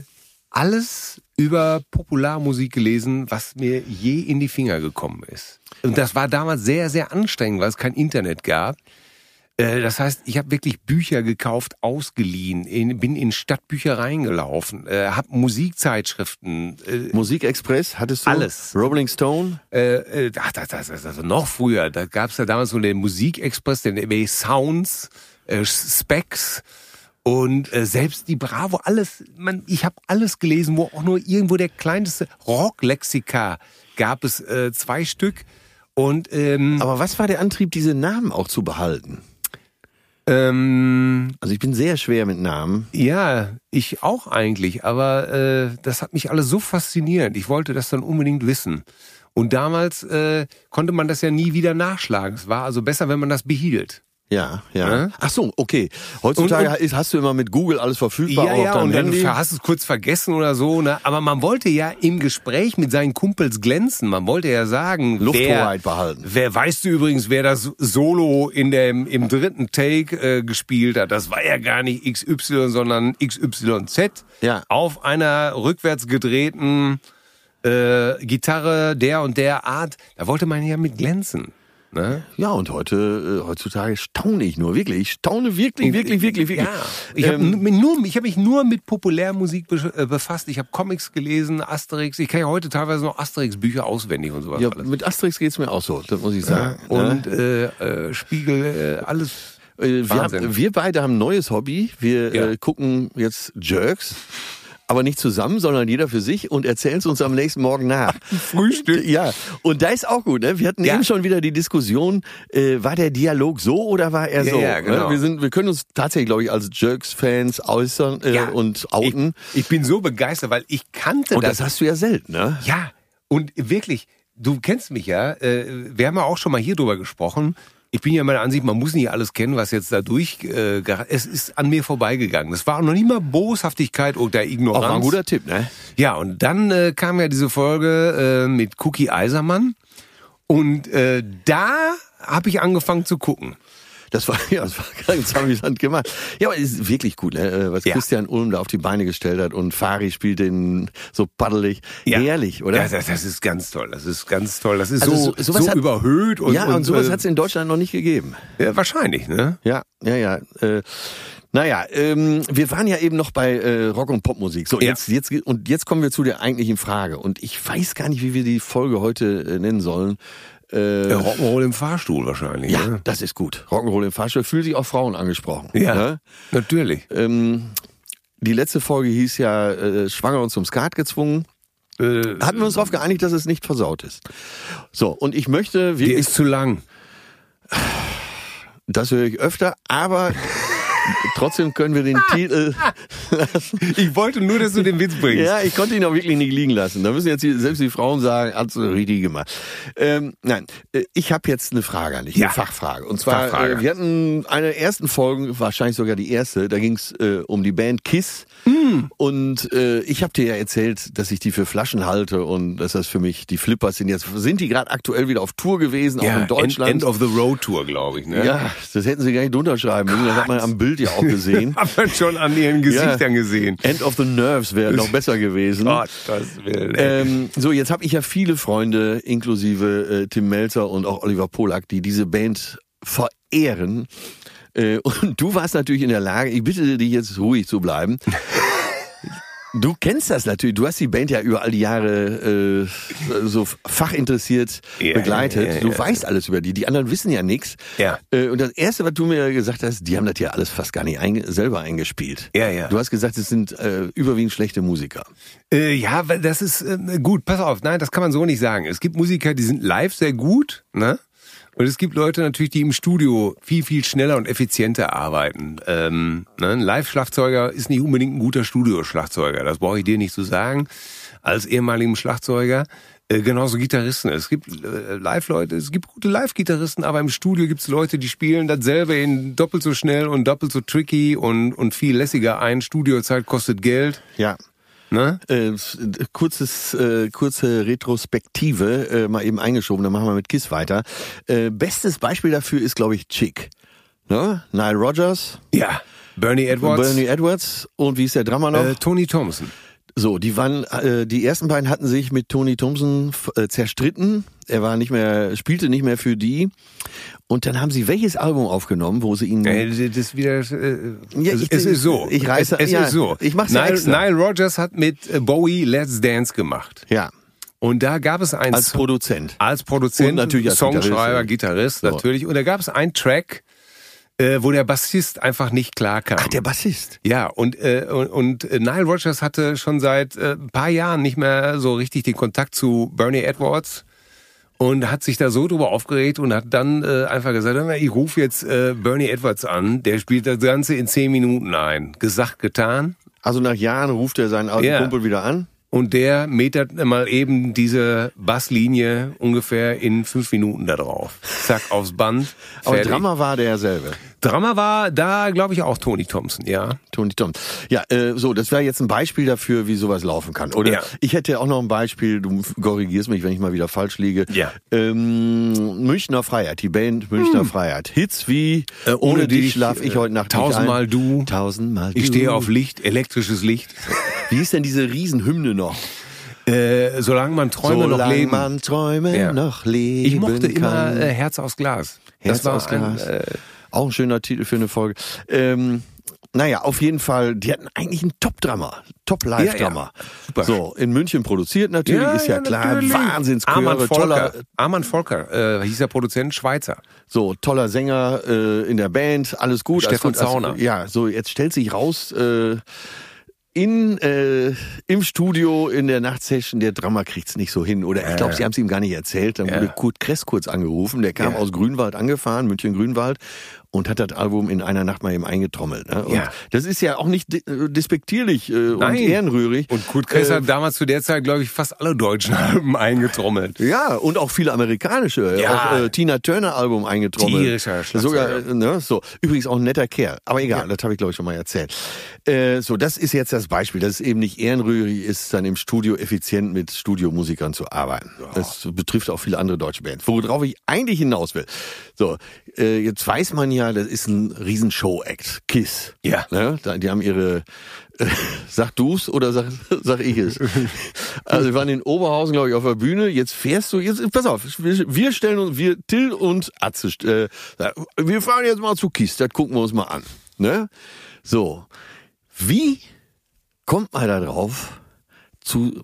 Speaker 2: alles über Popularmusik gelesen, was mir je in die Finger gekommen ist. Und das war damals sehr, sehr anstrengend, weil es kein Internet gab. Äh, Das heißt, ich habe wirklich Bücher gekauft, ausgeliehen, in, bin in Stadtbüchereien gelaufen, äh, habe Musikzeitschriften, äh,
Speaker 1: Musikexpress hattest du?
Speaker 2: Alles.
Speaker 1: Rolling Stone?
Speaker 2: äh, äh, ach, das, das, das, das noch früher, da gab es ja damals so den Musikexpress, den MA Sounds, äh, Specs und äh, selbst die Bravo, alles, man, ich habe alles gelesen, wo auch nur irgendwo der kleinste Rocklexika gab es äh, zwei Stück und ähm,
Speaker 1: Aber was war der Antrieb, diese Namen auch zu behalten?
Speaker 2: ähm,
Speaker 1: Also ich bin sehr schwer mit Namen.
Speaker 2: Ja, ich auch eigentlich, aber äh, das hat mich alles so faszinierend. Ich wollte das dann unbedingt wissen. Und damals äh, konnte man das ja nie wieder nachschlagen. Es war also besser, wenn man das behielt.
Speaker 1: Ja, ja. Ach so, okay. Heutzutage
Speaker 2: Und-
Speaker 1: ist- hast du immer mit Google alles verfügbar,
Speaker 2: ja,
Speaker 1: auch auf
Speaker 2: ja,
Speaker 1: deinem
Speaker 2: und dann
Speaker 1: Handy.
Speaker 2: ver- hast du es kurz vergessen oder so. Ne? Aber man wollte ja im Gespräch mit seinen Kumpels glänzen. Man wollte ja sagen, wer,
Speaker 1: Lufthoheit behalten.
Speaker 2: wer weißt du übrigens, wer das Solo in dem, im dritten Take äh, gespielt hat? Das war ja gar nicht XY, sondern XYZ.
Speaker 1: Ja.
Speaker 2: Auf einer rückwärts gedrehten äh, Gitarre der und der Art. Da wollte man ja mit glänzen. Ne?
Speaker 1: Ja, und heute, äh, heutzutage staune ich nur, wirklich. Ich staune wirklich, wirklich, wirklich, wirklich.
Speaker 2: Ja, ich habe
Speaker 1: Ähm,
Speaker 2: nur, ich habe mich nur mit Populärmusik besch- äh, befasst. Ich habe Comics gelesen, Asterix. Ich kann ja heute teilweise noch Asterix-Bücher auswendig und sowas
Speaker 1: ja,
Speaker 2: alles.
Speaker 1: mit Asterix geht's mir auch so, das muss ich sagen. Ne?
Speaker 2: Und äh, äh, Spiegel, äh, alles.
Speaker 1: Äh, wir,
Speaker 2: Wahnsinn.
Speaker 1: haben- wir beide haben ein neues Hobby. Wir
Speaker 2: Ja.
Speaker 1: äh, gucken jetzt Jerks. aber nicht zusammen, sondern jeder für sich und erzählt es uns am nächsten Morgen nach.
Speaker 2: Frühstück.
Speaker 1: Ja, und da ist auch gut. Ne? Wir hatten
Speaker 2: Ja.
Speaker 1: eben schon wieder die Diskussion, äh, war der Dialog so oder war er
Speaker 2: Ja,
Speaker 1: so?
Speaker 2: ja,
Speaker 1: ne?
Speaker 2: genau.
Speaker 1: wir, sind, wir können uns tatsächlich, glaube ich, als Jerks-Fans äußern äh,
Speaker 2: Ja.
Speaker 1: und outen.
Speaker 2: Ich bin so begeistert, weil ich kannte
Speaker 1: und
Speaker 2: das.
Speaker 1: das, hast du ja selten, ne?
Speaker 2: Ja, und wirklich, du kennst mich ja. Äh, wir haben ja auch schon mal hier drüber gesprochen. Ich bin ja meiner Ansicht, man muss nicht alles kennen, was jetzt da durch. Äh, gera- es ist an mir vorbeigegangen. Es war auch noch nicht mal Boshaftigkeit oder
Speaker 1: Auch ein
Speaker 2: Ignoranz.
Speaker 1: guter Tipp, ne?
Speaker 2: Ja, und dann äh, kam ja diese Folge äh, mit Cookie Eisermann. Und äh, da habe ich angefangen zu gucken.
Speaker 1: Das war ja, das war ganz amüsant gemacht. Ja, aber es ist wirklich gut, ne? äh, was
Speaker 2: Ja.
Speaker 1: Christian Ulm da auf die Beine gestellt hat und Fari spielt den so paddelig. Herrlich, oder?
Speaker 2: Ja, das, das ist ganz toll. Das ist ganz toll. Das ist
Speaker 1: Also
Speaker 2: so,
Speaker 1: so- sowas
Speaker 2: so
Speaker 1: hat-
Speaker 2: überhöht und,
Speaker 1: ja, und, sowas
Speaker 2: äh,
Speaker 1: hat es in Deutschland noch nicht gegeben.
Speaker 2: ja, wahrscheinlich, ne?
Speaker 1: Ja, ja, ja. Äh, naja, ähm, wir waren ja eben noch bei äh, Rock- und Popmusik. So,
Speaker 2: Ja.
Speaker 1: jetzt, jetzt, und jetzt kommen wir zu der eigentlichen Frage. Und ich weiß gar nicht, wie wir die Folge heute äh, nennen sollen. Äh,
Speaker 2: Ja, Rock'n'Roll im Fahrstuhl wahrscheinlich.
Speaker 1: ja,
Speaker 2: ne?
Speaker 1: das ist gut. Rock'n'Roll im Fahrstuhl. Fühlen sich auch Frauen angesprochen.
Speaker 2: ja.
Speaker 1: Ne?
Speaker 2: natürlich.
Speaker 1: Ähm, die letzte Folge hieß ja äh, Schwanger und zum Skat gezwungen.
Speaker 2: Äh,
Speaker 1: Hatten wir uns darauf geeinigt, dass es nicht versaut ist. So, und ich möchte
Speaker 2: die
Speaker 1: wirklich,
Speaker 2: ist zu lang.
Speaker 1: das höre ich öfter, aber trotzdem können wir den Titel.
Speaker 2: Ich wollte nur, dass du den Witz bringst.
Speaker 1: Ja, ich konnte ihn auch wirklich nicht liegen lassen. Da müssen jetzt die, selbst die Frauen sagen, hat's richtig gemacht. Ähm, nein, äh, ich habe jetzt eine Frage an dich,
Speaker 2: Ja.
Speaker 1: eine Fachfrage. Und zwar,
Speaker 2: Fachfrage.
Speaker 1: Äh, wir hatten eine der ersten Folgen, wahrscheinlich sogar die erste, da ging's äh, um die Band Kiss.
Speaker 2: Mm.
Speaker 1: Und äh, ich habe dir ja erzählt, dass ich die für Flaschen halte und dass das für mich die Flippers sind. Jetzt sind die gerade aktuell wieder auf Tour gewesen, auch in Deutschland.
Speaker 2: End, End of the Road Tour, glaube ich. Ne?
Speaker 1: ja, das hätten sie gar nicht drunter schreiben müssen. Das hat man am Bild ja auch gesehen.
Speaker 2: Hat man schon an ihren Gesichtern gesehen.
Speaker 1: End of the Nerves wäre noch besser gewesen.
Speaker 2: Gottes Willen. ey.
Speaker 1: Ähm, so, jetzt habe ich ja viele Freunde, inklusive äh, Tim Melzer und auch Oliver Polak, die diese Band verehren. Äh, und du warst natürlich in der Lage, ich bitte dich jetzt ruhig zu bleiben. Du kennst das natürlich, du hast die Band ja über all die Jahre äh, so fachinteressiert
Speaker 2: Ja,
Speaker 1: begleitet.
Speaker 2: ja, ja,
Speaker 1: du
Speaker 2: ja.
Speaker 1: weißt alles über die, die anderen wissen ja nichts.
Speaker 2: Ja.
Speaker 1: Äh, und das Erste, was du mir gesagt hast, die haben das ja alles fast gar nicht einge- selber eingespielt.
Speaker 2: Ja, ja.
Speaker 1: Du hast gesagt, es sind äh, überwiegend schlechte Musiker.
Speaker 2: Äh, ja, weil das ist äh, gut. Pass auf, nein, das kann man so nicht sagen. Es gibt Musiker, die sind live sehr gut, ne? Und es gibt Leute natürlich, die im Studio viel, viel schneller und effizienter arbeiten. Ähm, ne? Ein Live-Schlagzeuger ist nicht unbedingt ein guter Studioschlagzeuger. Das brauche ich dir nicht zu sagen. Als ehemaligem Schlagzeuger. Äh, genauso Gitarristen. Es gibt äh, Live-Leute, es gibt gute Live-Gitarristen, aber im Studio gibt es Leute, die spielen dasselbe in doppelt so schnell und doppelt so tricky und, und viel lässiger ein. Studiozeit kostet Geld.
Speaker 1: Ja.
Speaker 2: Ne?
Speaker 1: Äh, kurzes, äh, kurze Retrospektive, äh, mal eben eingeschoben, dann machen wir mit Kiss weiter. Äh, bestes Beispiel dafür ist, glaube ich, Chick. Ne? Nile Rogers,
Speaker 2: Ja. Bernie Edwards,
Speaker 1: Bernie Edwards und wie ist der Drummer noch?
Speaker 2: äh, Tony Thompson.
Speaker 1: so, die waren, äh, die ersten beiden hatten sich mit Tony Thompson f- äh, zerstritten. Er war nicht mehr, spielte nicht mehr für die. Und dann haben sie welches Album aufgenommen, wo sie ihn
Speaker 2: Äh, das ist wieder. Äh,
Speaker 1: Ja,
Speaker 2: es,
Speaker 1: ich-
Speaker 2: es ist so.
Speaker 1: ich reiße-
Speaker 2: es, es
Speaker 1: ja,
Speaker 2: ist so.
Speaker 1: ich mach's ja
Speaker 2: Nile,
Speaker 1: extra.
Speaker 2: Nile Rogers hat mit äh, Bowie Let's Dance gemacht.
Speaker 1: ja
Speaker 2: Und da gab es einen
Speaker 1: als
Speaker 2: Song-
Speaker 1: Produzent.
Speaker 2: als Produzent,
Speaker 1: Und natürlich als
Speaker 2: Songschreiber,
Speaker 1: Gitarrist.
Speaker 2: Gitarrist,
Speaker 1: So.
Speaker 2: natürlich. Und da gab es einen Track, äh, wo der Bassist einfach nicht klar kam.
Speaker 1: Ach, der Bassist.
Speaker 2: Ja, und, äh, und, und äh, Nile Rogers hatte schon seit äh, ein paar Jahren nicht mehr so richtig den Kontakt zu Bernie Edwards und hat sich da so drüber aufgeregt und hat dann äh, einfach gesagt, "Hör mal, ich rufe jetzt äh, Bernie Edwards an, der spielt das Ganze in zehn Minuten ein. Gesagt, getan.
Speaker 1: Also nach Jahren ruft er seinen alten
Speaker 2: Ja.
Speaker 1: Kumpel wieder an.
Speaker 2: Und der metert mal eben diese Basslinie ungefähr in fünf Minuten da drauf. Zack, aufs Band.
Speaker 1: Aber
Speaker 2: fertig.
Speaker 1: Drummer war derselbe.
Speaker 2: Drama war da, glaube ich, auch Tony Thompson, ja.
Speaker 1: Tony Tom. Ja, äh, so, das wäre jetzt ein Beispiel dafür, wie sowas laufen kann. Oder
Speaker 2: Ja.
Speaker 1: ich hätte auch noch ein Beispiel, du korrigierst mich, wenn ich mal wieder falsch liege.
Speaker 2: Ja. Hm.
Speaker 1: Ähm, Münchner Freiheit, die Band Münchner Freiheit. Hits wie
Speaker 2: Äh,
Speaker 1: Ohne, dich, schlaf ich
Speaker 2: äh,
Speaker 1: heute Nacht
Speaker 2: Tausendmal
Speaker 1: nicht ein.
Speaker 2: du.
Speaker 1: Tausendmal du.
Speaker 2: Ich stehe auf Licht, elektrisches Licht.
Speaker 1: Wie ist denn diese Riesenhymne noch?
Speaker 2: Äh, solange man Träume noch
Speaker 1: Solange
Speaker 2: leben.
Speaker 1: man Träume
Speaker 2: Ja.
Speaker 1: noch leben
Speaker 2: ich mochte immer
Speaker 1: kann.
Speaker 2: äh, Herz aus Glas.
Speaker 1: Herz
Speaker 2: das war
Speaker 1: aus Glas.
Speaker 2: Ein, äh,
Speaker 1: Auch ein schöner Titel für eine Folge. Ähm, naja, auf jeden Fall, die hatten eigentlich einen Top-Drummer, Top-Live-Drummer.
Speaker 2: Ja, ja. Super.
Speaker 1: So, in München produziert natürlich, ist ja, klar,
Speaker 2: natürlich. Arman
Speaker 1: Wahnsinnschöre,
Speaker 2: Volker,
Speaker 1: toller,
Speaker 2: Arman Volker äh, hieß der Produzent, Schweizer.
Speaker 1: so, toller Sänger äh, in der Band, alles gut.
Speaker 2: Stefan
Speaker 1: alles gut, alles-
Speaker 2: Zauner.
Speaker 1: Ja, so, jetzt stellt sich raus, äh, in, äh, im Studio in der Nachtsession, der Drama kriegt's nicht so hin. Oder ich glaube,
Speaker 2: Ja.
Speaker 1: sie haben es ihm gar nicht erzählt. Dann
Speaker 2: Ja.
Speaker 1: wurde Kurt Kress kurz angerufen. Der kam
Speaker 2: Ja.
Speaker 1: aus Grünwald angefahren, München-Grünwald, und hat das Album in einer Nacht mal eben eingetrommelt. Ne? Und
Speaker 2: Ja.
Speaker 1: das ist ja auch nicht di- äh, despektierlich äh, und
Speaker 2: Nein.
Speaker 1: ehrenrührig.
Speaker 2: Und Kurt Kress
Speaker 1: Äh,
Speaker 2: hat damals zu der Zeit, glaube ich, fast alle deutschen Alben eingetrommelt.
Speaker 1: Ja, und auch viele amerikanische.
Speaker 2: Ja.
Speaker 1: Auch äh, Tina Turner Album eingetrommelt.
Speaker 2: Tierischer Schlagzeuger.
Speaker 1: Sogar, äh, ne, so. Übrigens auch ein netter Kerl. Aber egal, das habe ich glaube ich schon mal erzählt. Äh, so, das ist jetzt das Beispiel, dass es eben nicht ehrenrührig ist, dann im Studio effizient mit Studiomusikern zu arbeiten. Das betrifft auch viele andere deutsche Bands. Worauf ich eigentlich hinaus will. So, äh, jetzt weiß man ja, das ist ein riesen Show-Act. Kiss.
Speaker 2: Ja.
Speaker 1: Ne? Da- Die haben ihre, äh, sag du's oder sag, sag ich es? Also wir waren in Oberhausen, glaube ich, auf der Bühne. Jetzt fährst du, jetzt, pass auf, wir, wir stellen uns, wir, Till und Atze, äh, wir fahren jetzt mal zu Kies, das gucken wir uns mal an. Ne? So, wie kommt man da drauf zu,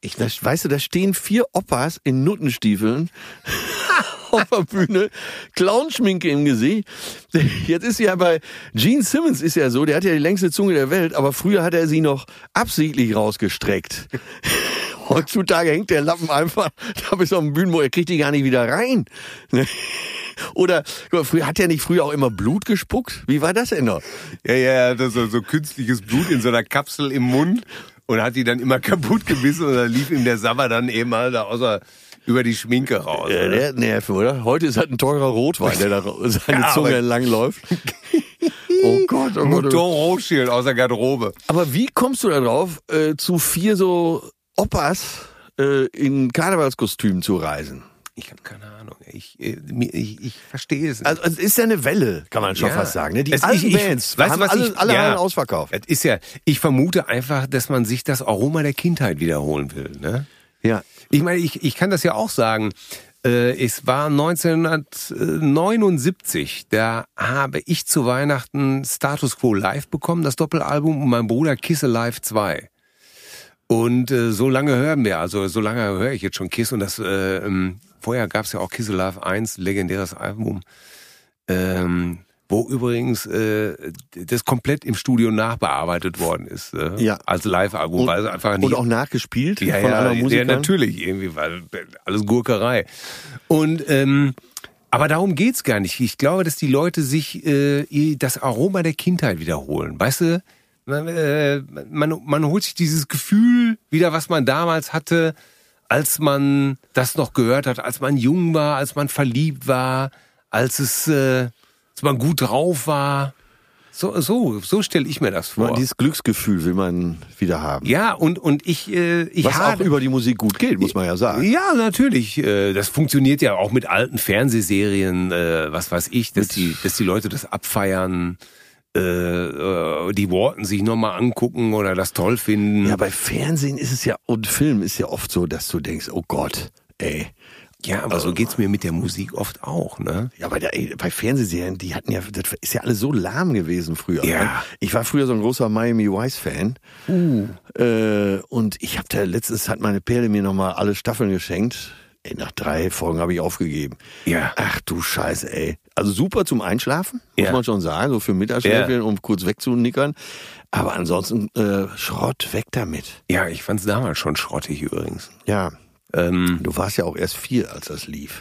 Speaker 1: ich, das, weißt du, da stehen vier Oppas in Nuttenstiefeln auf der Bühne, Clownschminke im Gesicht. Jetzt ist ja bei Gene Simmons ist ja so, der hat ja die längste Zunge der Welt, aber früher hat er sie noch absichtlich rausgestreckt. Heutzutage hängt der Lappen einfach da bis auf den Bühnenmoor, er kriegt die gar nicht wieder rein. Ne? Oder guck mal, früher hat er nicht früher auch immer Blut gespuckt? Wie war das denn noch?
Speaker 2: Ja, ja, er hatte so, so künstliches Blut in so einer Kapsel im Mund und hat die dann immer kaputt gebissen und dann lief ihm der Sabber dann eben mal da außer über die Schminke raus.
Speaker 1: Ja, Äh, der hat Nerven, oder? Heute ist halt ein teurer Rotwein, der da seine
Speaker 2: Ja, aber-
Speaker 1: Zunge entlang läuft. Oh Gott, oh Gott. Oh
Speaker 2: Mouton
Speaker 1: Gott.
Speaker 2: Rothschild aus der Garderobe.
Speaker 1: Aber wie kommst du da drauf, äh, zu vier so Oppas äh, in Karnevalskostümen zu reisen?
Speaker 2: Ich habe keine Ahnung. Ich, äh, mir- ich, ich verstehe es nicht.
Speaker 1: Also es ist ja eine Welle, kann man schon
Speaker 2: Ja.
Speaker 1: fast sagen. Ne? Die
Speaker 2: Es-
Speaker 1: alten
Speaker 2: ich- ich-
Speaker 1: Bands
Speaker 2: weißt du,
Speaker 1: haben
Speaker 2: was
Speaker 1: alle,
Speaker 2: ich-
Speaker 1: alle
Speaker 2: ja.
Speaker 1: Hallen ausverkauft.
Speaker 2: Es ist ja, ich vermute einfach, dass man sich das Aroma der Kindheit wiederholen will. Ne?
Speaker 1: Ja.
Speaker 2: Ich meine, ich, ich kann das ja auch sagen. Äh, Es war 1979, da habe ich zu Weihnachten Status Quo Live bekommen, das Doppelalbum, und mein Bruder Kiss Alive 2. Und äh, so lange hören wir, also so lange höre ich jetzt schon Kiss und das, äh, ähm, vorher gab es ja auch Kiss Alive 1, legendäres Album, ähm, wo übrigens äh, das komplett im Studio nachbearbeitet worden ist, äh,
Speaker 1: Ja.
Speaker 2: als Live-Album, weil es einfach nicht
Speaker 1: Und auch nachgespielt
Speaker 2: ja,
Speaker 1: von
Speaker 2: ja,
Speaker 1: anderen Musikern.
Speaker 2: Ja, natürlich, irgendwie, weil alles Gurkerei. Und ähm, aber darum geht's gar nicht. Ich glaube, dass die Leute sich äh, ihr- das Aroma der Kindheit wiederholen. Weißt du, man, äh, man, man holt sich dieses Gefühl wieder, was man damals hatte, als man das noch gehört hat, als man jung war, als man verliebt war, als es äh, als man gut drauf war. So, so, so stelle ich mir das
Speaker 1: Man,
Speaker 2: vor.
Speaker 1: Dieses Glücksgefühl will man wieder haben.
Speaker 2: Ja, und, und ich, äh, ich
Speaker 1: Was auch
Speaker 2: habe
Speaker 1: über die Musik gut geht, muss man ja sagen.
Speaker 2: ja, natürlich. äh, Das funktioniert ja auch mit alten Fernsehserien, äh, was weiß ich, dass die, dass die Leute das abfeiern, äh, äh, die Worten sich nochmal angucken oder das toll finden.
Speaker 1: Ja, bei Fernsehen ist es ja und Film ist ja oft so, dass du denkst, oh Gott, ey.
Speaker 2: Ja, aber so Also geht's mir mit der Musik oft auch, ne?
Speaker 1: Ja, bei, der, ey, bei Fernsehserien, die hatten ja, das ist ja alles so lahm gewesen früher.
Speaker 2: Ja.
Speaker 1: ne? Ich war früher so ein großer Miami Vice-Fan.
Speaker 2: Uh.
Speaker 1: Äh, und ich habe da letztens, hat meine Perle mir nochmal alle Staffeln geschenkt. Ey, nach drei Folgen habe ich aufgegeben.
Speaker 2: Ja.
Speaker 1: Ach du Scheiße, ey. Also super zum Einschlafen, muss
Speaker 2: Ja.
Speaker 1: man schon sagen, so für Mittagsschläfchen, um kurz wegzunickern. Aber ansonsten äh, Schrott weg damit.
Speaker 2: Ja, ich fand's damals schon schrottig übrigens.
Speaker 1: Ja.
Speaker 2: Ähm,
Speaker 1: Du warst ja auch erst vier, als das lief.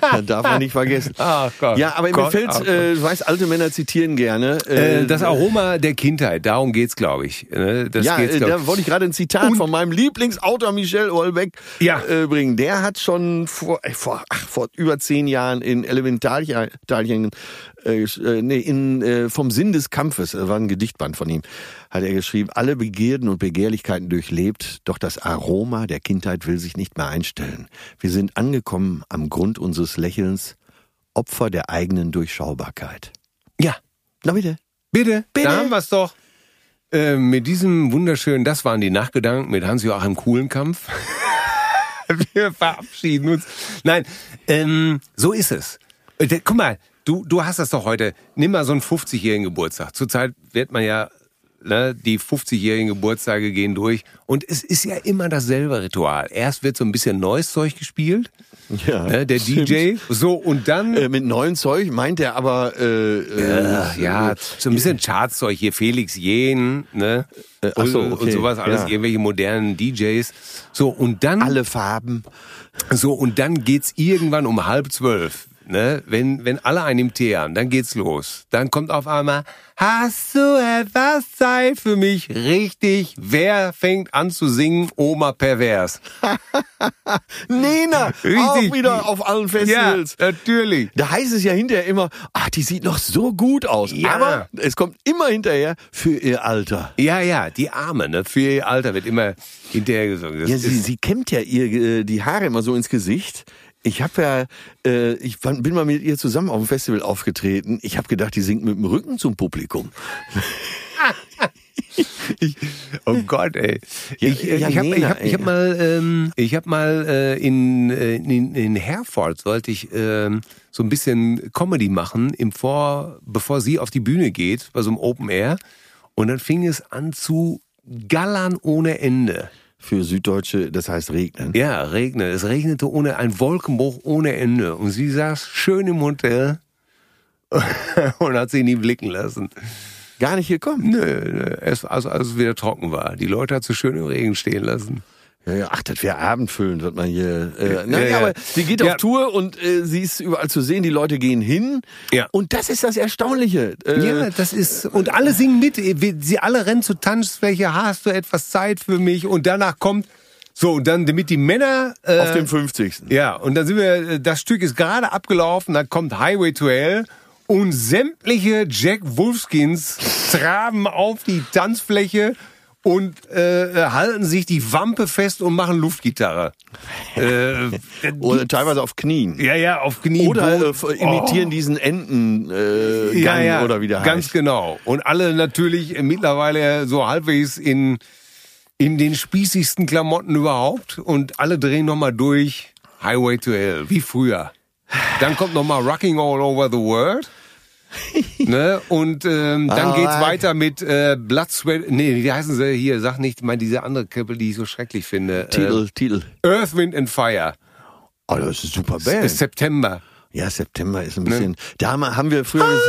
Speaker 1: das darf man nicht vergessen.
Speaker 2: Ach Gott.
Speaker 1: Ja, aber mir
Speaker 2: Gott,
Speaker 1: fällt,
Speaker 2: ach Gott.
Speaker 1: äh, du weißt, alte Männer zitieren gerne.
Speaker 2: äh, das Aroma der Kindheit, darum geht's, glaube ich. ne? Das
Speaker 1: ja,
Speaker 2: geht's,
Speaker 1: äh,
Speaker 2: glaub
Speaker 1: da wollte ich gerade ein Zitat
Speaker 2: Und-
Speaker 1: von meinem Lieblingsautor Michel Houellebecq
Speaker 2: Ja.
Speaker 1: äh, bringen. Der hat schon vor, äh, vor, ach, vor über zehn Jahren in Elementarien, äh, gesch- äh, nee, in, äh, vom Sinn des Kampfes, äh, war ein Gedichtband von ihm, hat er geschrieben, alle Begierden und Begehrlichkeiten durchlebt, doch das Aroma der Kindheit will sich nicht mehr einstellen. Wir sind angekommen am Grund unseres Lächelns, Opfer der eigenen Durchschaubarkeit.
Speaker 2: ja.
Speaker 1: Na bitte.
Speaker 2: Bitte,
Speaker 1: Bitte?
Speaker 2: da haben wir's doch. Äh, mit diesem wunderschönen, das waren die Nachgedanken mit Hans-Joachim Kuhlenkampf. Wir verabschieden uns. Nein, ähm, so ist es. Äh, der- Guck mal, du, du hast das doch heute. Nimm mal so einen 50-jährigen Geburtstag. Zurzeit wird man ja ne, die 50-jährigen Geburtstage gehen durch. Und es ist ja immer dasselbe Ritual. Erst wird so ein bisschen neues Zeug gespielt,
Speaker 1: Ja,
Speaker 2: ne, der
Speaker 1: stimmt.
Speaker 2: DJ. So, und dann
Speaker 1: Äh, mit neuem Zeug meint er aber äh,
Speaker 2: Ach,
Speaker 1: äh,
Speaker 2: ja, so ein bisschen Chartzeug hier, Felix Jen, ne?
Speaker 1: ach so,
Speaker 2: und,
Speaker 1: okay,
Speaker 2: und sowas, alles
Speaker 1: ja.
Speaker 2: irgendwelche modernen DJs. So, und dann,
Speaker 1: alle Farben.
Speaker 2: so, und dann geht's irgendwann um halb zwölf, ne? Wenn, wenn alle einen im Tee haben, dann geht's los. Dann kommt auf einmal, hast du etwas Zeit für mich? Richtig, wer fängt an zu singen? Oma pervers.
Speaker 1: Nena,
Speaker 2: Richtig.
Speaker 1: auch wieder auf allen Festivals.
Speaker 2: Ja, natürlich.
Speaker 1: Da heißt es ja hinterher immer, ach, die sieht noch so gut aus.
Speaker 2: Ja.
Speaker 1: Aber es kommt immer hinterher für ihr Alter.
Speaker 2: Ja, ja, die Arme, ne? Für ihr Alter wird immer hinterher gesungen. Das
Speaker 1: Ja,
Speaker 2: ist-
Speaker 1: sie, sie kämmt ja ihr äh, die Haare immer so ins Gesicht. Ich habe ja, äh, ich fand- bin mal mit ihr zusammen auf dem Festival aufgetreten. Ich habe gedacht, die singt mit dem Rücken zum Publikum.
Speaker 2: Ich, oh Gott, ey.
Speaker 1: Ja,
Speaker 2: Ich, äh,
Speaker 1: ja,
Speaker 2: ich habe
Speaker 1: Nena,
Speaker 2: ich hab, ich hab
Speaker 1: ey.
Speaker 2: mal, ähm, ich hab mal äh, in, äh, in, in Herford sollte ich ähm, so ein bisschen Comedy machen, im Vor, bevor sie auf die Bühne geht, bei so einem Open Air. Und dann fing es an zu gallern ohne Ende.
Speaker 1: Für Süddeutsche, das heißt regnen.
Speaker 2: Ja, regnet. Es regnete ohne, ein Wolkenbruch ohne Ende. Und sie saß schön im Hotel und hat sich nie blicken lassen.
Speaker 1: Gar nicht gekommen.
Speaker 2: Nö, nö. Erst als, als es wieder trocken war. Die Leute hat sie schön im Regen stehen lassen.
Speaker 1: Ja, ja, ach, das wäre abendfüllend, wird man hier. Äh, na,
Speaker 2: Ja,
Speaker 1: ja,
Speaker 2: ja.
Speaker 1: aber sie geht auf
Speaker 2: Ja.
Speaker 1: Tour und äh, sie ist überall zu sehen, die Leute gehen hin.
Speaker 2: Ja.
Speaker 1: Und das ist das Erstaunliche. Äh,
Speaker 2: Ja, das ist. Und alle singen mit. Äh, Sie alle rennen zur Tanzfläche. Hast du etwas Zeit für mich? Und danach kommt. So, und dann, damit die Männer. Äh,
Speaker 1: Auf dem 50.
Speaker 2: ja, und dann sind wir. äh, Das Stück ist gerade abgelaufen. Dann kommt Highway to Hell. Und sämtliche Jack Wolfskins traben auf die Tanzfläche und äh, halten sich die Wampe fest und machen Luftgitarre. äh,
Speaker 1: Oder teilweise auf Knien.
Speaker 2: ja, ja, auf Knie.
Speaker 1: Oder äh,
Speaker 2: Boden.
Speaker 1: imitieren diesen Enten äh,
Speaker 2: ja,
Speaker 1: Gang
Speaker 2: ja,
Speaker 1: oder wie der
Speaker 2: Ganz
Speaker 1: heißt.
Speaker 2: genau. Und alle natürlich mittlerweile so halbwegs in, in den spießigsten Klamotten überhaupt. Und alle drehen nochmal durch Highway to Hell, wie früher. Dann kommt nochmal Rocking All Over the World. ne? Und ähm, dann geht's
Speaker 1: Alright.
Speaker 2: weiter mit äh, Blood, Sweat... Nee, wie heißen sie hier? Sag nicht mal diese andere Krippe, die ich so schrecklich finde.
Speaker 1: Titel, Titel.
Speaker 2: Äh, Earth, Wind and Fire.
Speaker 1: Oh, das ist eine super
Speaker 2: Äh,
Speaker 1: Band.
Speaker 2: September.
Speaker 1: Ja, September
Speaker 2: Ne.
Speaker 1: ist ein bisschen. Da haben- haben wir früher.
Speaker 2: Ah.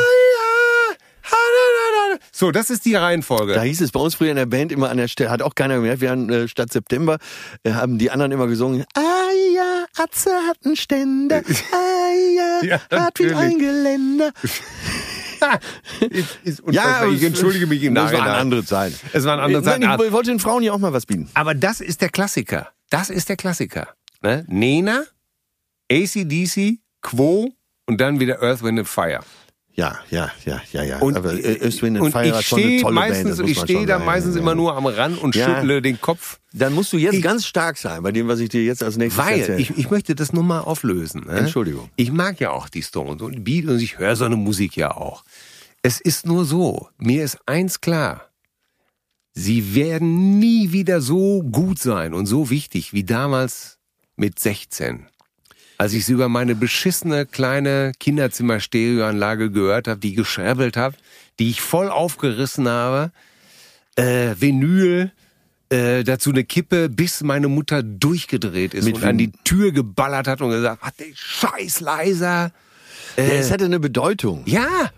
Speaker 2: So, das ist die Reihenfolge.
Speaker 1: Da hieß es bei uns früher in der Band immer an der Stelle, hat auch keiner gemerkt, wir haben äh, statt September, äh, haben die anderen immer gesungen, ah ja, Atze hat einen Ständer, ah ja,
Speaker 2: Ja,
Speaker 1: hat wie
Speaker 2: natürlich.
Speaker 1: ein Geländer.
Speaker 2: ist, ist unfassbar. ich
Speaker 1: es-
Speaker 2: entschuldige mich im
Speaker 1: das waren
Speaker 2: Nachhinein.
Speaker 1: andere Zeiten. Äh,
Speaker 2: Es waren andere Zeiten.
Speaker 1: Nein, ich wollte den Frauen ja auch mal was bieten.
Speaker 2: Aber das ist der Klassiker. Das ist der Klassiker. Ne? Nena, ACDC, Quo und dann wieder Earth, Wind and Fire.
Speaker 1: Ja, ja, ja, ja, ja.
Speaker 2: Und,
Speaker 1: Aber äh, Östwind
Speaker 2: und
Speaker 1: Fire
Speaker 2: ich
Speaker 1: hat schon eine
Speaker 2: stehe
Speaker 1: tolle Band.
Speaker 2: meistens,
Speaker 1: das muss
Speaker 2: ich
Speaker 1: man
Speaker 2: stehe
Speaker 1: schon
Speaker 2: da
Speaker 1: sagen.
Speaker 2: meistens
Speaker 1: Ja,
Speaker 2: immer
Speaker 1: ja.
Speaker 2: nur am Rand und
Speaker 1: Ja.
Speaker 2: schüttle den Kopf.
Speaker 1: Dann musst du jetzt
Speaker 2: Ich-
Speaker 1: ganz stark sein bei dem, was ich dir jetzt als nächstes
Speaker 2: Weil,
Speaker 1: erzähle.
Speaker 2: ich, ich möchte das nur mal auflösen. Ne?
Speaker 1: Entschuldigung.
Speaker 2: Ich mag ja auch die Stones und Beat und ich höre so eine Musik ja auch. Es ist nur so, mir ist eins klar. Sie werden nie wieder so gut sein und so wichtig wie damals mit 16. Als ich sie über meine beschissene kleine Kinderzimmer-Stereoanlage gehört habe, die geschrebbelt habe, die ich voll aufgerissen habe, äh, Vinyl, äh, dazu eine Kippe, bis meine Mutter durchgedreht ist
Speaker 1: Mit
Speaker 2: und
Speaker 1: Vin-
Speaker 2: an die Tür geballert hat und gesagt, hat den Scheiß leiser.
Speaker 1: ja, Äh, es hatte eine Bedeutung.
Speaker 2: Ja.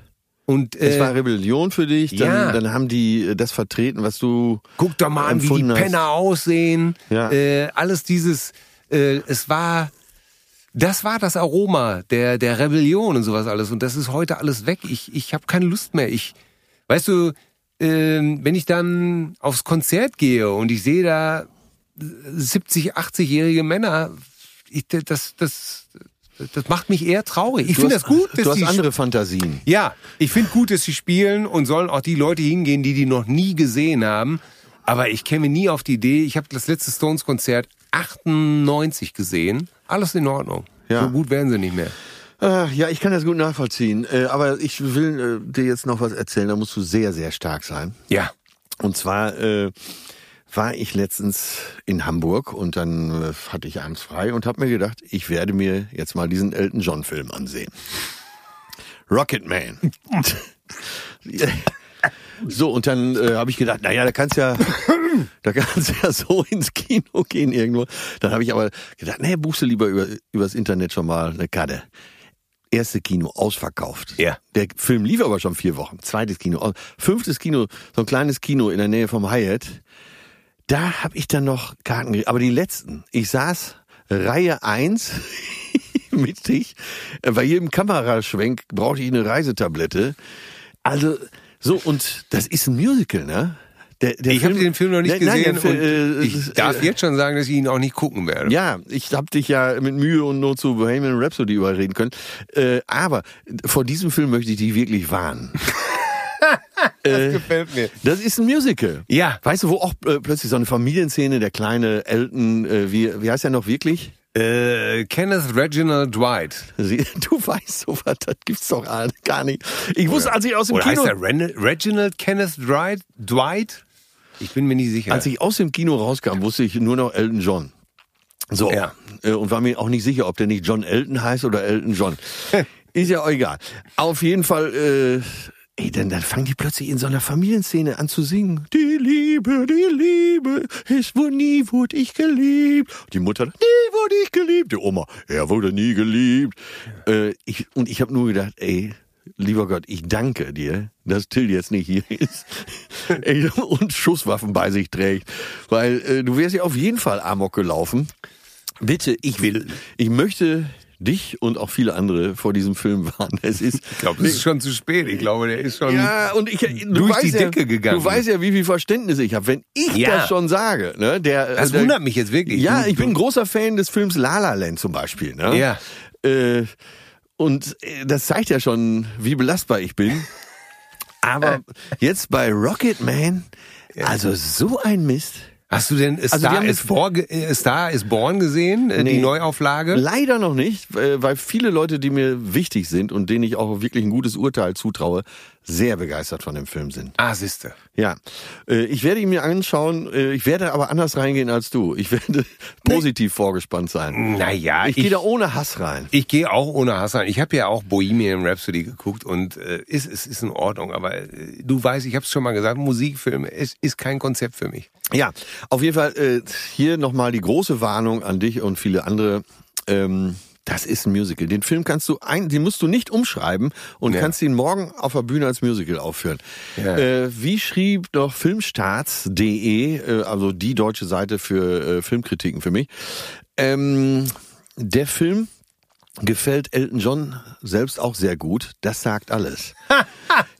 Speaker 2: Und
Speaker 1: Es war
Speaker 2: äh,
Speaker 1: Rebellion für dich, dann,
Speaker 2: ja.
Speaker 1: dann haben die äh, das vertreten, was du.
Speaker 2: guck doch mal an, wie die
Speaker 1: empfunden hast.
Speaker 2: Penner aussehen.
Speaker 1: Ja.
Speaker 2: Äh, alles dieses, äh, es war, das war das Aroma der, der Rebellion und sowas alles. Und das ist heute alles weg. Ich, ich habe keine Lust mehr. Ich, weißt du, ähm, wenn ich dann aufs Konzert gehe und ich sehe da 70, 80-jährige Männer, ich, das, das, das macht mich eher traurig. Ich
Speaker 1: Du
Speaker 2: finde das
Speaker 1: hast-
Speaker 2: gut, dass
Speaker 1: Du hast
Speaker 2: die
Speaker 1: andere Fantasien.
Speaker 2: Ja, ich finde gut, dass sie spielen und sollen auch die Leute hingehen, die die noch nie gesehen haben. Aber ich käme nie auf die Idee, ich habe das letzte Stones-Konzert 98 gesehen. Alles in Ordnung.
Speaker 1: Ja.
Speaker 2: So gut werden sie nicht mehr.
Speaker 1: Ach, Äh, ja, ich kann das gut nachvollziehen. Äh, aber ich will äh, dir jetzt noch was erzählen. Da musst du sehr, sehr stark sein.
Speaker 2: Ja.
Speaker 1: Und zwar äh, war ich letztens in Hamburg und dann äh, hatte ich abends frei und habe mir gedacht, ich werde mir jetzt mal diesen Elton John Film ansehen. Rocket Man. So, und dann äh, habe ich gedacht, naja, da kannst ja, da kannst ja so ins Kino gehen irgendwo. Dann habe ich aber gedacht, nee, buchst du lieber über, übers Internet schon mal eine Karte. Erste Kino ausverkauft.
Speaker 2: Ja.
Speaker 1: Der Film lief aber schon vier Wochen. Zweites Kino, aus- fünftes Kino, so ein kleines Kino in der Nähe vom Hyatt. Da habe ich dann noch Karten gekriegt. Aber die letzten. Ich saß Reihe 1 mittig. Äh, Bei jedem Kameraschwenk brauchte ich eine Reisetablette. Also, so, und das ist ein Musical, ne? Der, der
Speaker 2: Ich habe den Film noch nicht
Speaker 1: Nein, nein,
Speaker 2: gesehen
Speaker 1: der Film,
Speaker 2: und
Speaker 1: äh,
Speaker 2: ich darf
Speaker 1: äh,
Speaker 2: jetzt schon sagen, dass ich ihn auch nicht gucken werde.
Speaker 1: ja, ich hab dich ja mit Mühe und Not zu Bohemian Rhapsody überreden können. Äh, aber vor diesem Film möchte ich dich wirklich warnen. Äh.
Speaker 2: Das gefällt mir.
Speaker 1: Das ist ein Musical.
Speaker 2: Ja.
Speaker 1: Weißt du, wo auch äh, plötzlich so eine Familienszene, der kleine Elton, äh, wie, wie heißt er noch wirklich?
Speaker 2: Äh, Kenneth Reginald Dwight.
Speaker 1: Sie, du weißt sowas, das gibt's doch all- gar nicht. Ich wusste, als ich aus dem
Speaker 2: Oder
Speaker 1: Kino,
Speaker 2: heißt er Ren Reginald Kenneth Dwight? Dwight? Ich bin mir nicht sicher.
Speaker 1: als ich aus dem Kino rauskam, wusste ich nur noch Elton John. So.
Speaker 2: Ja.
Speaker 1: Äh, Und war mir auch nicht sicher, ob der nicht John Elton heißt oder Elton John. Ist ja auch egal. Auf jeden Fall, äh, ey, dann, dann fangen die plötzlich in so einer Familienszene an zu singen. Die Liebe, die Liebe, es wurde nie, wurde ich geliebt. Die Mutter, nie wurde ich geliebt. Die Oma, er wurde nie geliebt. Äh, ich, und ich habe nur gedacht, ey, lieber Gott, ich danke dir, dass Till jetzt nicht hier ist ey, und Schusswaffen bei sich trägt. Weil äh, du wärst ja auf jeden Fall Amok gelaufen. Bitte, ich will, ich möchte dich und auch viele andere vor diesem Film warnen. Es ist,
Speaker 2: ich glaube, das ist schon zu spät. Ich glaube, der ist schon.
Speaker 1: ja, und ich, äh, du
Speaker 2: durch
Speaker 1: weißt
Speaker 2: die
Speaker 1: ja,
Speaker 2: Decke gegangen.
Speaker 1: Du weißt ja, wie viel Verständnis ich habe, wenn ich
Speaker 2: Ja.
Speaker 1: das schon sage. Ne? Der,
Speaker 2: Das
Speaker 1: der,
Speaker 2: wundert mich jetzt wirklich.
Speaker 1: Ja,
Speaker 2: Du-
Speaker 1: ich bin ein großer Fan des Films La La Land zum Beispiel. Ne?
Speaker 2: Ja.
Speaker 1: Äh, und äh, das zeigt ja schon, wie belastbar ich bin. Aber jetzt bei Rocket Man, also so ein Mist.
Speaker 2: Hast du denn
Speaker 1: Also, wir
Speaker 2: Star,
Speaker 1: haben
Speaker 2: is
Speaker 1: das-
Speaker 2: Born, äh, Star is Born gesehen? Äh, Die
Speaker 1: Nee.
Speaker 2: Neuauflage?
Speaker 1: Leider noch nicht, äh, weil viele Leute, die mir wichtig sind und denen ich auch wirklich ein gutes Urteil zutraue, sehr begeistert von dem Film sind.
Speaker 2: ah, siehste.
Speaker 1: Ja, äh, ich werde ihn mir anschauen. äh, Ich werde aber anders reingehen als du. Ich werde positiv vorgespannt sein.
Speaker 2: Naja,
Speaker 1: Ich gehe da ohne Hass rein.
Speaker 2: Ich gehe auch ohne Hass rein. Ich habe ja auch Bohemian Rhapsody geguckt und äh, ist, es ist in Ordnung. Aber äh, du weißt, ich habe es schon mal gesagt, Musikfilme, es ist kein Konzept für mich.
Speaker 1: Ja, auf jeden Fall äh, hier nochmal die große Warnung an dich und viele andere. Ähm, das ist ein Musical. Den Film kannst du ein, den musst du nicht umschreiben und
Speaker 2: Ja.
Speaker 1: kannst ihn morgen auf der Bühne als Musical aufführen.
Speaker 2: Ja.
Speaker 1: Äh, wie schrieb doch filmstarts.de, äh, also die deutsche Seite für äh, Filmkritiken für mich, ähm, der Film gefällt Elton John selbst auch sehr gut. Das sagt alles.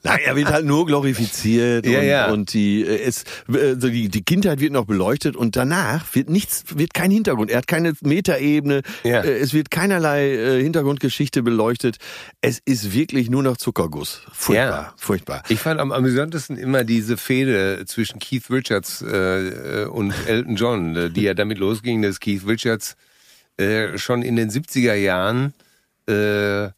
Speaker 1: Na, er wird halt nur glorifiziert
Speaker 2: Ja,
Speaker 1: und,
Speaker 2: ja.
Speaker 1: und die, äh, es, äh, so die, die Kindheit wird noch beleuchtet und danach wird nichts, wird kein Hintergrund. Er hat keine Metaebene,
Speaker 2: Ja.
Speaker 1: äh, es wird keinerlei äh, Hintergrundgeschichte beleuchtet. Es ist wirklich nur noch Zuckerguss. Furchtbar,
Speaker 2: Ja.
Speaker 1: furchtbar.
Speaker 2: Ich fand am amüsantesten immer diese Fehde zwischen Keith Richards äh, äh, und Elton John, äh, die ja damit losging, dass Keith Richards äh, schon in den 70er Jahren äh, äh,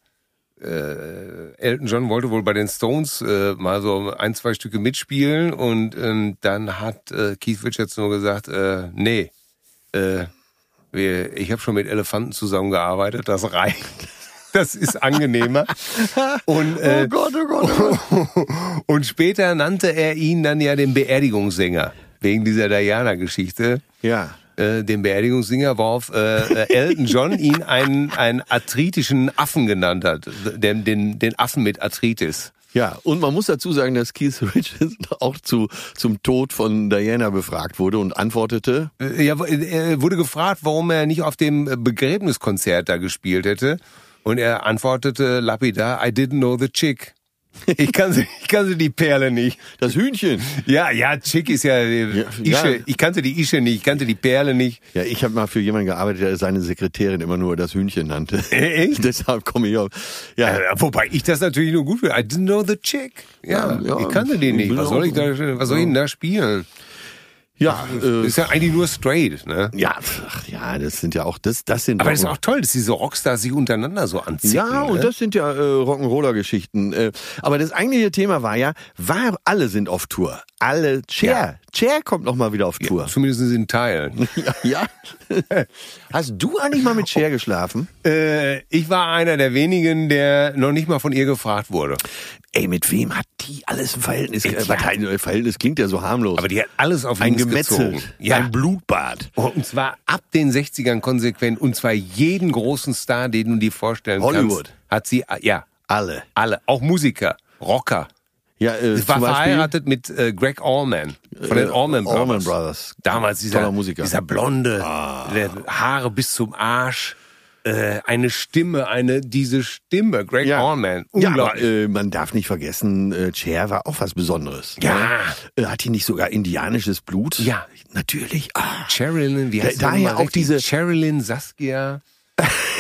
Speaker 2: Elton John wollte wohl bei den Stones äh, mal so ein, zwei Stücke mitspielen und ähm, dann hat äh, Keith Richards nur gesagt, äh, nee, äh, wir, ich habe schon mit Elefanten zusammengearbeitet, das reicht. Das ist angenehmer. Und äh,
Speaker 1: oh Gott, oh Gott, oh Gott.
Speaker 2: und später nannte er ihn dann ja den Beerdigungssänger. Wegen dieser Diana-Geschichte.
Speaker 1: Ja.
Speaker 2: Äh, den Beerdigungssänger, worauf äh, äh, Elton John ihn einen, einen arthritischen Affen genannt hat. Den, den, den Affen mit Arthritis.
Speaker 1: Ja, und man muss dazu sagen, dass Keith Richards auch zu, zum Tod von Diana befragt wurde und antwortete,
Speaker 2: Äh, Ja, er wurde gefragt, warum er nicht auf dem äh, Begräbniskonzert da gespielt hätte. Und er antwortete lapidar, I didn't know the chick. Ich kann sie, ich kann sie die Perle nicht.
Speaker 1: das Hühnchen.
Speaker 2: Ja, ja, Chick ist ja, äh, Ische.
Speaker 1: ja.
Speaker 2: Ich kannte die Ische nicht, ich kannte die Perle nicht.
Speaker 1: Ja, ich habe mal für jemanden gearbeitet, der seine Sekretärin immer nur das Hühnchen nannte.
Speaker 2: Äh, echt? Äh,
Speaker 1: Deshalb komme ich auf. Ja,
Speaker 2: Ja, wobei ich das natürlich nur gut finde. I didn't know the chick. Ja,
Speaker 1: Ja, ja.
Speaker 2: ich kannte den
Speaker 1: Ich
Speaker 2: nicht.
Speaker 1: bin
Speaker 2: Was soll
Speaker 1: auch-
Speaker 2: ich da, was soll ich denn da spielen?
Speaker 1: Ja, äh,
Speaker 2: Ist ja eigentlich nur straight, ne?
Speaker 1: ja, ach, ja, das sind ja auch, das, das sind
Speaker 2: Aber das ist
Speaker 1: Rock'n-
Speaker 2: auch toll, dass diese Rockstars sich untereinander so anziehen. ne?
Speaker 1: Ja, und das sind ja äh, Rock'n'Roller-Geschichten. Äh, aber das eigentliche Thema war ja, war, alle sind auf Tour. Alle, Cher, Cher kommt nochmal wieder auf Tour.
Speaker 2: Zumindest in Teilen.
Speaker 1: Ja. Hast du eigentlich mal mit Cher geschlafen?
Speaker 2: äh, ich war einer der wenigen, der noch nicht mal von ihr gefragt wurde.
Speaker 1: Ey, mit wem hat die alles ein Verhältnis? Äh,
Speaker 2: Ja.
Speaker 1: was heißt, äh, Verhältnis klingt ja so harmlos.
Speaker 2: Aber die hat alles auf
Speaker 1: ein
Speaker 2: links
Speaker 1: Gemetzel,
Speaker 2: gezogen. Ja. Oh.
Speaker 1: ein Blutbad.
Speaker 2: Und zwar ab den 60ern konsequent. Und zwar jeden großen Star, den du dir vorstellen
Speaker 1: Hollywood.
Speaker 2: kannst. Hat sie, ja,
Speaker 1: Alle.
Speaker 2: alle. Auch Musiker, Rocker.
Speaker 1: Ja, äh,
Speaker 2: Sie war
Speaker 1: zum Beispiel,
Speaker 2: verheiratet mit äh, Greg Allman von den
Speaker 1: Äh,
Speaker 2: Allman Brothers.
Speaker 1: Allman Brothers.
Speaker 2: Damals dieser,
Speaker 1: Toller Musiker. Ah.
Speaker 2: dieser blonde, der Haare bis zum Arsch, äh, eine Stimme, eine diese Stimme, Greg
Speaker 1: ja.
Speaker 2: Allman.
Speaker 1: Ja, aber
Speaker 2: Unglaublich.
Speaker 1: äh, man darf nicht vergessen, äh, Cher war auch was Besonderes.
Speaker 2: Ja.
Speaker 1: Äh, Hat die nicht sogar indianisches Blut?
Speaker 2: Ja.
Speaker 1: Natürlich. Ah.
Speaker 2: Sherilyn, wie
Speaker 1: Da-
Speaker 2: heißt sie
Speaker 1: daher
Speaker 2: nochmal
Speaker 1: auch
Speaker 2: richtig?
Speaker 1: diese-
Speaker 2: Sherilyn Saskia.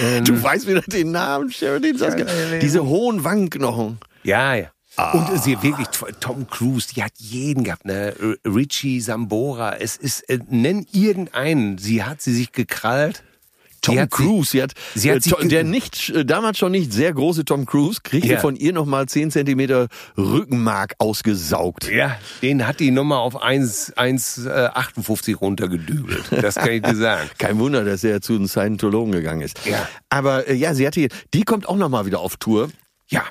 Speaker 2: Ähm,
Speaker 1: Du weißt wieder den Namen, Sheridan Saskia. Diese hohen Wangenknochen.
Speaker 2: Ja, ja.
Speaker 1: Ah.
Speaker 2: Und sie wirklich, Tom Cruise, die hat jeden gehabt, ne? R- Richie Sambora, es ist, äh, nenn irgendeinen, sie hat sie sich gekrallt.
Speaker 1: Tom
Speaker 2: Die hat sie-
Speaker 1: Cruise, sie hat,
Speaker 2: sie hat
Speaker 1: äh,
Speaker 2: sich
Speaker 1: To-
Speaker 2: ge-
Speaker 1: der nicht, äh, damals schon nicht sehr große Tom Cruise, kriegte
Speaker 2: Ja.
Speaker 1: von ihr nochmal 10 Zentimeter Rückenmark ausgesaugt.
Speaker 2: Ja, den hat die Nummer auf 1,58 1, äh, 58 runtergedübelt. Das kann ich dir sagen.
Speaker 1: Kein Wunder, dass er zu den Scientologen gegangen ist.
Speaker 2: Ja.
Speaker 1: Aber äh, ja, sie hatte, die kommt auch nochmal wieder auf Tour.
Speaker 2: Ja.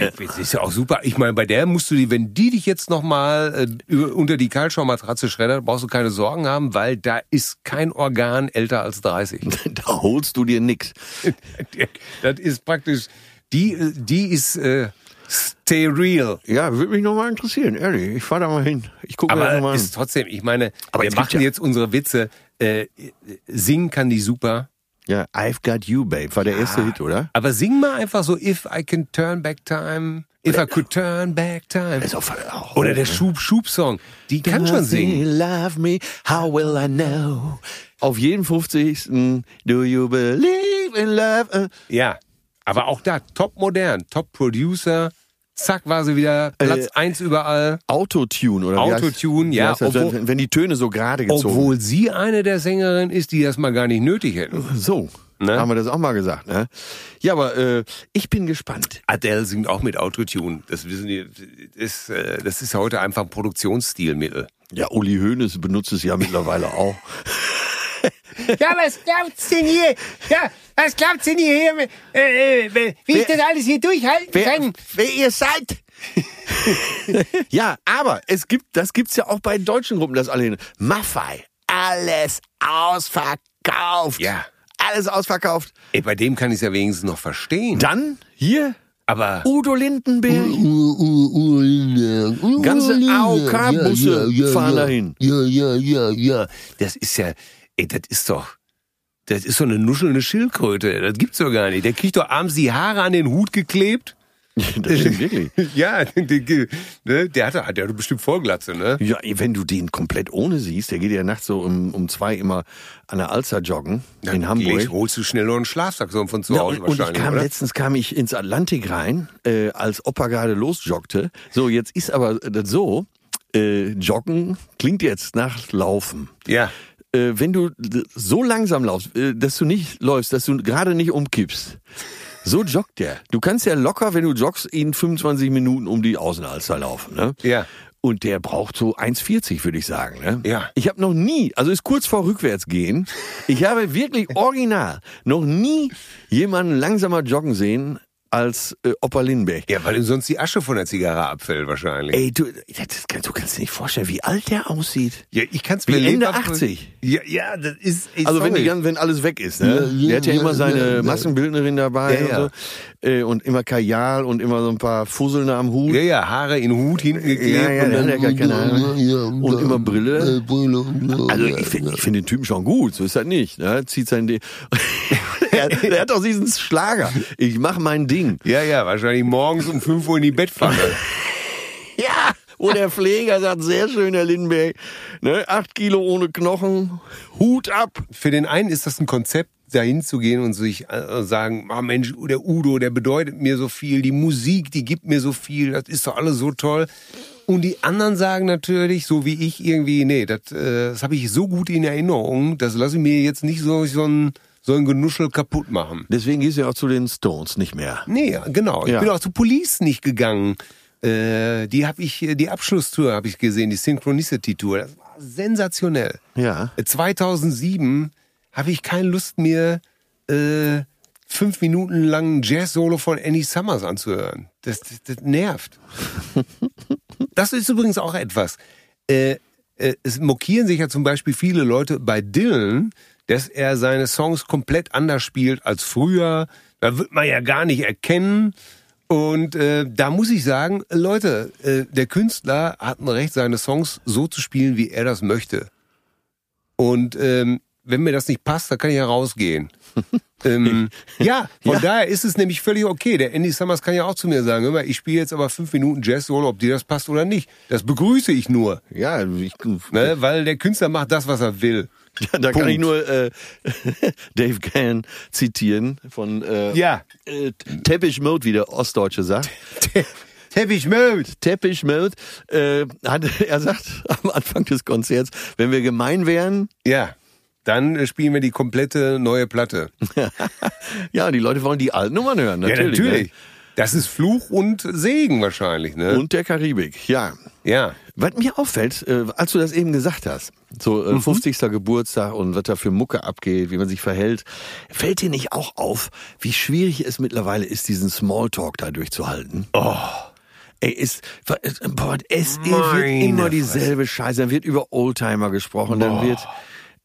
Speaker 2: äh, Das ist ja auch super. Ich meine, bei der musst du die, wenn die dich jetzt nochmal äh, über- unter die Kaltschaummatratze schreddert, brauchst du keine Sorgen haben, weil da ist kein Organ älter als 30.
Speaker 1: Da holst du dir nix.
Speaker 2: Das ist praktisch, die, äh, die ist äh, steril.
Speaker 1: Ja, würde mich nochmal interessieren, ehrlich. Ich fahr da mal hin. Ich gucke mir das
Speaker 2: Aber
Speaker 1: nochmal an.
Speaker 2: ist trotzdem, ich meine,
Speaker 1: Aber
Speaker 2: wir
Speaker 1: es gibt
Speaker 2: machen
Speaker 1: ja-
Speaker 2: jetzt unsere Witze. Äh, singen kann die super.
Speaker 1: Ja, I've Got You, Babe, war der erste Hit, oder?
Speaker 2: Aber sing mal einfach so If I can turn back time, If I could turn back time.
Speaker 1: Ist auch, oh. auch
Speaker 2: Oder der Schub-Schub-Song. Die kann schon
Speaker 1: Does he
Speaker 2: singen.
Speaker 1: love me? How will I know? Auf jeden 50. Do you believe in love? Äh,
Speaker 2: Ja. Aber auch da, top modern, top Producer. Zack, war sie wieder Platz eins überall.
Speaker 1: Autotune, oder? wie heißt-
Speaker 2: Autotune,
Speaker 1: wie
Speaker 2: ja,
Speaker 1: heißt das?
Speaker 2: obwohl-
Speaker 1: wenn, wenn die Töne so gerade gezogen
Speaker 2: Obwohl sie eine der Sängerinnen ist, die das mal gar nicht nötig hätten.
Speaker 1: So,
Speaker 2: Ne?
Speaker 1: haben wir das auch mal gesagt, ne? Ja, aber äh, ich bin gespannt.
Speaker 2: Adele singt auch mit Autotune. Das wissen die, ist, äh, das ist heute einfach ein Produktionsstilmittel.
Speaker 1: Ja, Uli Hoeneß benutzt es ja mittlerweile auch.
Speaker 3: Ja, was glaubt's denn hier? Ja, was glaubt's denn hier? hier? Äh, äh, wie ich das alles hier durchhalten kann?
Speaker 1: wer ihr seid. ja, aber es gibt, das gibt's ja auch bei deutschen Gruppen, das alle hin. Maffei, alles ausverkauft.
Speaker 2: Ja.
Speaker 1: Alles ausverkauft.
Speaker 2: Ey, bei dem kann ich es ja wenigstens noch verstehen.
Speaker 1: Dann hier
Speaker 2: Aber
Speaker 1: Udo Lindenberg. Ganze AOK-Busse fahren dahin.
Speaker 2: Ja, ja, ja, ja. Das ist ja, ey, das ist doch, das ist so eine nuschelnde Schildkröte. Das gibt's doch gar nicht. Der kriegt doch abends die Haare an den Hut geklebt.
Speaker 1: Das stimmt wirklich.
Speaker 2: ja, der, ne, der hat, hat ja bestimmt Vorglatze, ne?
Speaker 1: Ja, wenn du den komplett ohne siehst, der geht ja nachts so um, um zwei immer an der Alster joggen in
Speaker 2: Gleich
Speaker 1: Hamburg.
Speaker 2: holst du schnell noch einen Schlafsack so von zu
Speaker 1: Ja,
Speaker 2: Hause
Speaker 1: und, und ich
Speaker 2: wahrscheinlich,
Speaker 1: kam
Speaker 2: oder?
Speaker 1: letztens kam ich ins Atlantik rein, äh, als Opa gerade losjoggte. So, jetzt ist aber das so, äh, joggen klingt jetzt nach Laufen.
Speaker 2: Ja.
Speaker 1: Äh, wenn du d- so langsam laufst, äh, dass du nicht läufst, dass du gerade nicht umkippst, so joggt der. Du kannst ja locker, wenn du joggst, in 25 Minuten um die Außenalster laufen. Ne?
Speaker 2: Ja.
Speaker 1: Und der braucht so 1,40, würde ich sagen. Ne?
Speaker 2: Ja.
Speaker 1: Ich habe noch nie, also ist kurz vor Rückwärtsgehen, ich habe wirklich original noch nie jemanden langsamer joggen sehen als äh, Opa Lindbergh.
Speaker 2: Ja, weil ihm sonst die Asche von der Zigarre abfällt wahrscheinlich.
Speaker 1: Ey, du, das, kannst- du kannst dir nicht vorstellen, wie alt der aussieht.
Speaker 2: Ja, ich kann's
Speaker 1: Wie
Speaker 2: mir
Speaker 1: Ende
Speaker 2: lebhaft-
Speaker 1: 80.
Speaker 2: Ja, ja, das ist ey,
Speaker 1: Also wenn,
Speaker 2: sorry.
Speaker 1: die, gan- wenn alles weg ist, ne? der hat ja immer seine Massenbildnerin dabei
Speaker 2: Ja,
Speaker 1: und so. Äh, und immer Kajal und immer so ein paar Fusselne am Hut.
Speaker 2: Ja, ja, Haare in den Hut hinten geklebt.
Speaker 1: ja,
Speaker 2: und dann,
Speaker 1: der hat ja gar keine Ahnung. Und immer Brille. Also ich finde ich find den Typen schon gut, so ist er nicht. Ne? Zieht sein Ding. er, er hat auch diesen Schlager. Ich mache mein Ding.
Speaker 2: ja, ja, wahrscheinlich morgens um 5 Uhr in die Bettpfanne.
Speaker 1: Ja. Wo der Pfleger sagt, sehr schön, Herr Lindenberg. Ne? Acht Kilo ohne Knochen, Hut ab.
Speaker 2: Für den einen ist das ein Konzept, dahin zu gehen und sich äh, sagen, ah Mensch, der Udo, der bedeutet mir so viel, die Musik, die gibt mir so viel, das ist doch alles so toll. Und die anderen sagen natürlich, so wie ich irgendwie, nee, das, äh, das habe ich so gut in Erinnerung, das lasse ich mir jetzt nicht so, so ein, so ein Genuschel kaputt machen.
Speaker 1: Deswegen gehst du ja auch zu den Stones nicht mehr.
Speaker 2: Nee, genau. Ich
Speaker 1: Ja.
Speaker 2: bin auch zu Police nicht gegangen. Äh, die habe ich, die Abschlusstour habe ich gesehen, die Synchronicity Tour. Das war sensationell.
Speaker 1: Ja.
Speaker 2: 2007 habe ich keine Lust mehr, äh, fünf Minuten lang ein Jazz-Solo von Annie Summers anzuhören. Das, das, das nervt. das ist übrigens auch etwas. Äh, äh, es mokieren sich ja zum Beispiel viele Leute bei Dylan, dass er seine Songs komplett anders spielt als früher. Da wird man ja gar nicht erkennen. Und äh, da muss ich sagen, Leute, äh, der Künstler hat ein Recht, seine Songs so zu spielen, wie er das möchte. Und ähm, wenn mir das nicht passt, dann kann ich ja rausgehen. ähm, ja, von daher ist es nämlich völlig okay. Der Andy Summers kann ja auch zu mir sagen, hör mal, ich spiele jetzt aber fünf Minuten Jazz-Solo, ob dir das passt oder nicht. Das begrüße ich nur,
Speaker 1: Ja, ich,
Speaker 2: ne? weil der Künstler macht das, was er will.
Speaker 1: da kann
Speaker 2: Punkt.
Speaker 1: ich nur äh, Dave Gann zitieren von äh,
Speaker 2: Ja.
Speaker 1: äh, Teppich Mode, wie der Ostdeutsche sagt.
Speaker 2: Teppich Mode.
Speaker 1: Teppich Mode, äh, hat, er sagt am Anfang des Konzerts, wenn wir gemein wären,
Speaker 2: Ja, dann äh, spielen wir die komplette neue Platte.
Speaker 1: ja, die Leute wollen die alten Nummern hören, natürlich.
Speaker 2: Das ist Fluch und Segen wahrscheinlich, ne?
Speaker 1: Ne? Und der Karibik, ja.
Speaker 2: ja.
Speaker 1: Was mir auffällt, äh, als du das eben gesagt hast, so äh, 50. Geburtstag und was da für Mucke abgeht, wie man sich verhält, fällt dir nicht auch auf, wie schwierig es mittlerweile ist, diesen Smalltalk da durchzuhalten? Oh. Ey, ist, wa- es- boah, es wird
Speaker 2: Meine
Speaker 1: immer
Speaker 2: Fresse.
Speaker 1: dieselbe Scheiße. Dann wird über Oldtimer gesprochen, dann wird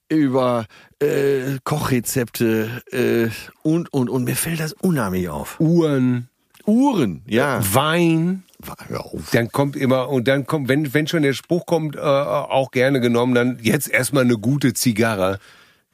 Speaker 1: über äh, Kochrezepte äh, und, und, und. Mir fällt das unheimlich auf.
Speaker 2: Uhren,
Speaker 1: Uhren, ja.
Speaker 2: Wein.
Speaker 1: Hör auf.
Speaker 2: Dann kommt immer, und dann kommt, wenn, wenn schon der Spruch kommt, äh, auch gerne genommen, dann jetzt erstmal eine gute Zigarre.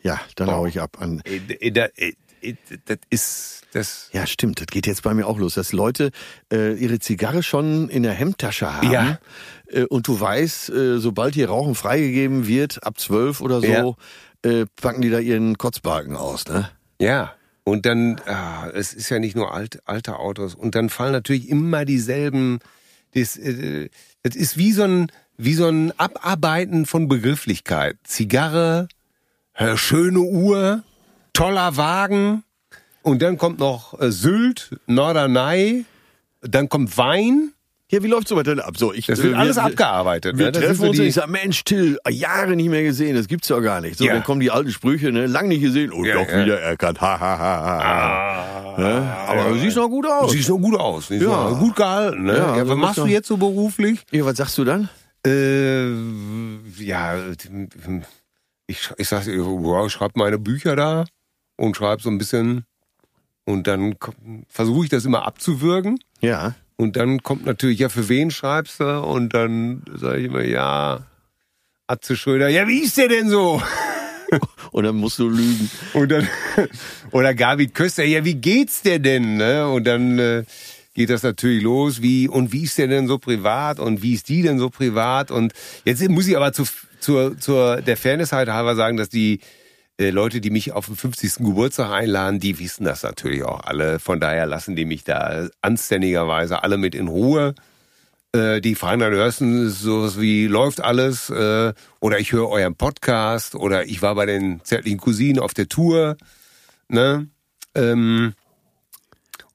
Speaker 1: Ja, dann hau ich ab an.
Speaker 2: Äh, äh, da- äh, äh, Das ist, das,
Speaker 1: Ja, stimmt. Das geht jetzt bei mir auch los, dass Leute äh, ihre Zigarre schon in der Hemdtasche haben.
Speaker 2: Ja.
Speaker 1: Äh, und du weißt, äh, sobald hier Rauchen freigegeben wird, ab zwölf oder so, äh, packen die da ihren Kotzbalken aus, ne?
Speaker 2: ja. Und dann, ah, es ist ja nicht nur alt, alte Autos. Und dann fallen natürlich immer dieselben, das, äh, das ist wie so ein, wie so ein Abarbeiten von Begrifflichkeit. Zigarre, äh, schöne Uhr, toller Wagen. Und dann kommt noch äh, Sylt, Norderney, dann kommt Wein.
Speaker 1: Ja, wie läuft's so weiter ab? So, ich,
Speaker 2: Das wird
Speaker 1: äh,
Speaker 2: alles abgearbeitet.
Speaker 1: Wir
Speaker 2: ne? das sind
Speaker 1: treffen
Speaker 2: so
Speaker 1: uns und
Speaker 2: die-
Speaker 1: ich sag, Mensch, Till, Jahre nicht mehr gesehen, das gibt's ja gar nicht. So,
Speaker 2: Ja.
Speaker 1: dann kommen die alten Sprüche, ne? Lang nicht gesehen und
Speaker 2: Ja,
Speaker 1: doch
Speaker 2: ja.
Speaker 1: wieder erkannt. Ha, ha, ha, ha.
Speaker 2: Ah,
Speaker 1: Ne? Aber du siehst noch gut aus.
Speaker 2: Siehst noch Oh, gut aus. Siehst
Speaker 1: Ja.
Speaker 2: noch gut gehalten. Ne?
Speaker 1: Ja,
Speaker 2: Ja,
Speaker 1: also
Speaker 2: was machst
Speaker 1: muss
Speaker 2: du
Speaker 1: doch-
Speaker 2: jetzt so beruflich?
Speaker 1: Ja, was sagst du dann?
Speaker 2: Äh, ja, ich, sch- ich sag, ja, ich schreib meine Bücher da und schreib so ein bisschen. Und dann versuche ich das immer abzuwürgen.
Speaker 1: Ja.
Speaker 2: Und dann kommt natürlich, ja, für wen schreibst du? Und dann sage ich immer, ja, Atze Schröder, ja, wie ist der denn so?
Speaker 1: Und dann musst du lügen.
Speaker 2: Und dann, oder Gabi Köster, ja, wie geht's dir denn? Ne? Und dann äh, geht das natürlich los, wie, und wie ist der denn so privat und wie ist die denn so privat? Und jetzt muss ich aber zu, zur, zur der Fairness halt halber sagen, dass die äh, Leute, die mich auf den 50. Geburtstag einladen, die wissen das natürlich auch alle. Von daher lassen die mich da anständigerweise alle mit in Ruhe. Äh, die fragen dann höchstens sowas wie, läuft alles? Äh, oder ich höre euren Podcast oder ich war bei den zärtlichen Cousinen auf der Tour. Ne? Ähm,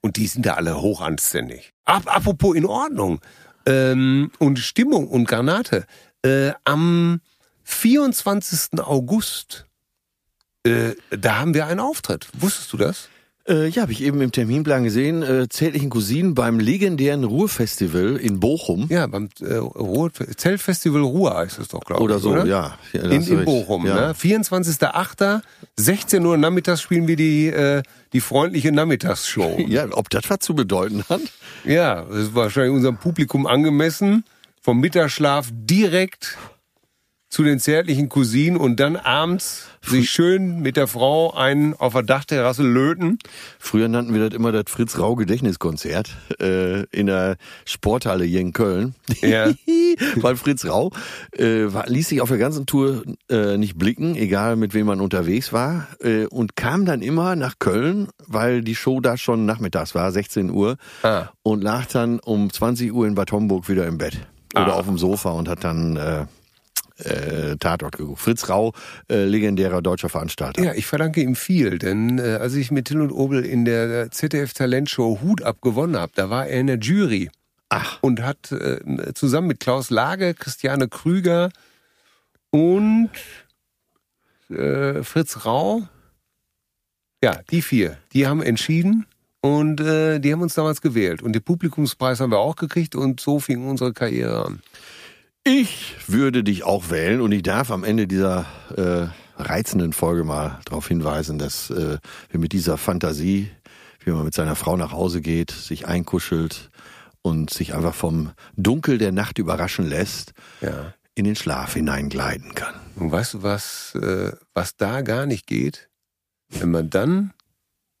Speaker 2: und die sind da alle hochanständig. Ap apropos in Ordnung ähm, und Stimmung und Granate. Äh, am 24. August, äh, da haben wir einen Auftritt. Wusstest du das?
Speaker 1: Äh, ja, habe ich eben im Terminplan gesehen. Äh, zärtlichen Cousinen beim legendären Ruhrfestival in Bochum.
Speaker 2: Ja, beim äh, Ruhr Zeltfestival Ruhr heißt es doch, glaube ich.
Speaker 1: Oder so, ja. ja da
Speaker 2: in,
Speaker 1: hast du
Speaker 2: in
Speaker 1: recht.
Speaker 2: Bochum.
Speaker 1: Ja.
Speaker 2: Ne? 24.08. 16 Uhr nachmittags spielen wir die, äh, die freundliche Nachmittagsshow.
Speaker 1: Ja, ob das was zu bedeuten hat?
Speaker 2: ja, das ist wahrscheinlich unserem Publikum angemessen. Vom Mittagsschlaf direkt zu den zärtlichen Cousinen und dann abends sich schön mit der Frau einen auf der Dachterrasse löten.
Speaker 1: Früher nannten wir das immer das Fritz Rau Gedächtniskonzert äh, in der Sporthalle hier in Köln.
Speaker 2: Ja.
Speaker 1: Weil Fritz Rau äh, war, ließ sich auf der ganzen Tour äh, nicht blicken, egal mit wem man unterwegs war, äh, und kam dann immer nach Köln, weil die Show da schon nachmittags war, 16 Uhr,
Speaker 2: Ah.
Speaker 1: und lag dann um 20 Uhr in Bad Homburg wieder im Bett.
Speaker 2: Ah.
Speaker 1: oder auf dem Sofa und hat dann äh, äh, Tatort geguckt. Fritz Rau, äh, legendärer deutscher Veranstalter.
Speaker 2: Ja, ich verdanke ihm viel, denn äh, als ich mit Till und Obel in der äh, ZDF Talentshow Hut ab gewonnen habe, da war er in der Jury. Ach. Und hat äh, zusammen mit Klaus Lage, Christiane Krüger und äh, Fritz Rau, ja, die vier, die haben entschieden und äh, die haben uns damals gewählt. Und den Publikumspreis haben wir auch gekriegt und so fing unsere Karriere an.
Speaker 1: Ich würde dich auch wählen und ich darf am Ende dieser äh, reizenden Folge mal darauf hinweisen, dass äh, wir mit dieser Fantasie, wie man mit seiner Frau nach Hause geht, sich einkuschelt und sich einfach vom Dunkel der Nacht überraschen lässt,
Speaker 2: Ja.
Speaker 1: in den Schlaf hineingleiten kann.
Speaker 2: Und weißt du, was, äh, was da gar nicht geht? Wenn man dann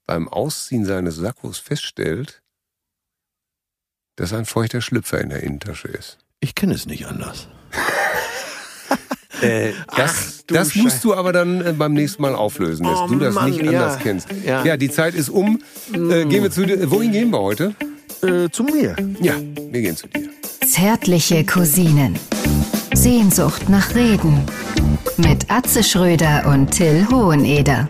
Speaker 2: beim Ausziehen seines Sakkos feststellt, dass ein feuchter Schlüpfer in der Innentasche ist.
Speaker 1: Ich kenne es nicht anders.
Speaker 2: Das,
Speaker 1: Äh, du
Speaker 2: das
Speaker 1: Schei-
Speaker 2: musst du aber dann äh, beim nächsten Mal auflösen, dass
Speaker 1: Oh
Speaker 2: du das
Speaker 1: Mann,
Speaker 2: nicht
Speaker 1: ja.
Speaker 2: anders kennst.
Speaker 1: Ja.
Speaker 2: die Zeit ist um. Äh, gehen wir zu dir. Wohin gehen wir heute?
Speaker 1: Äh, zu mir.
Speaker 2: Ja, wir gehen zu dir.
Speaker 4: Zärtliche Cousinen. Sehnsucht nach Reden. Mit Atze Schröder und Till Hoheneder.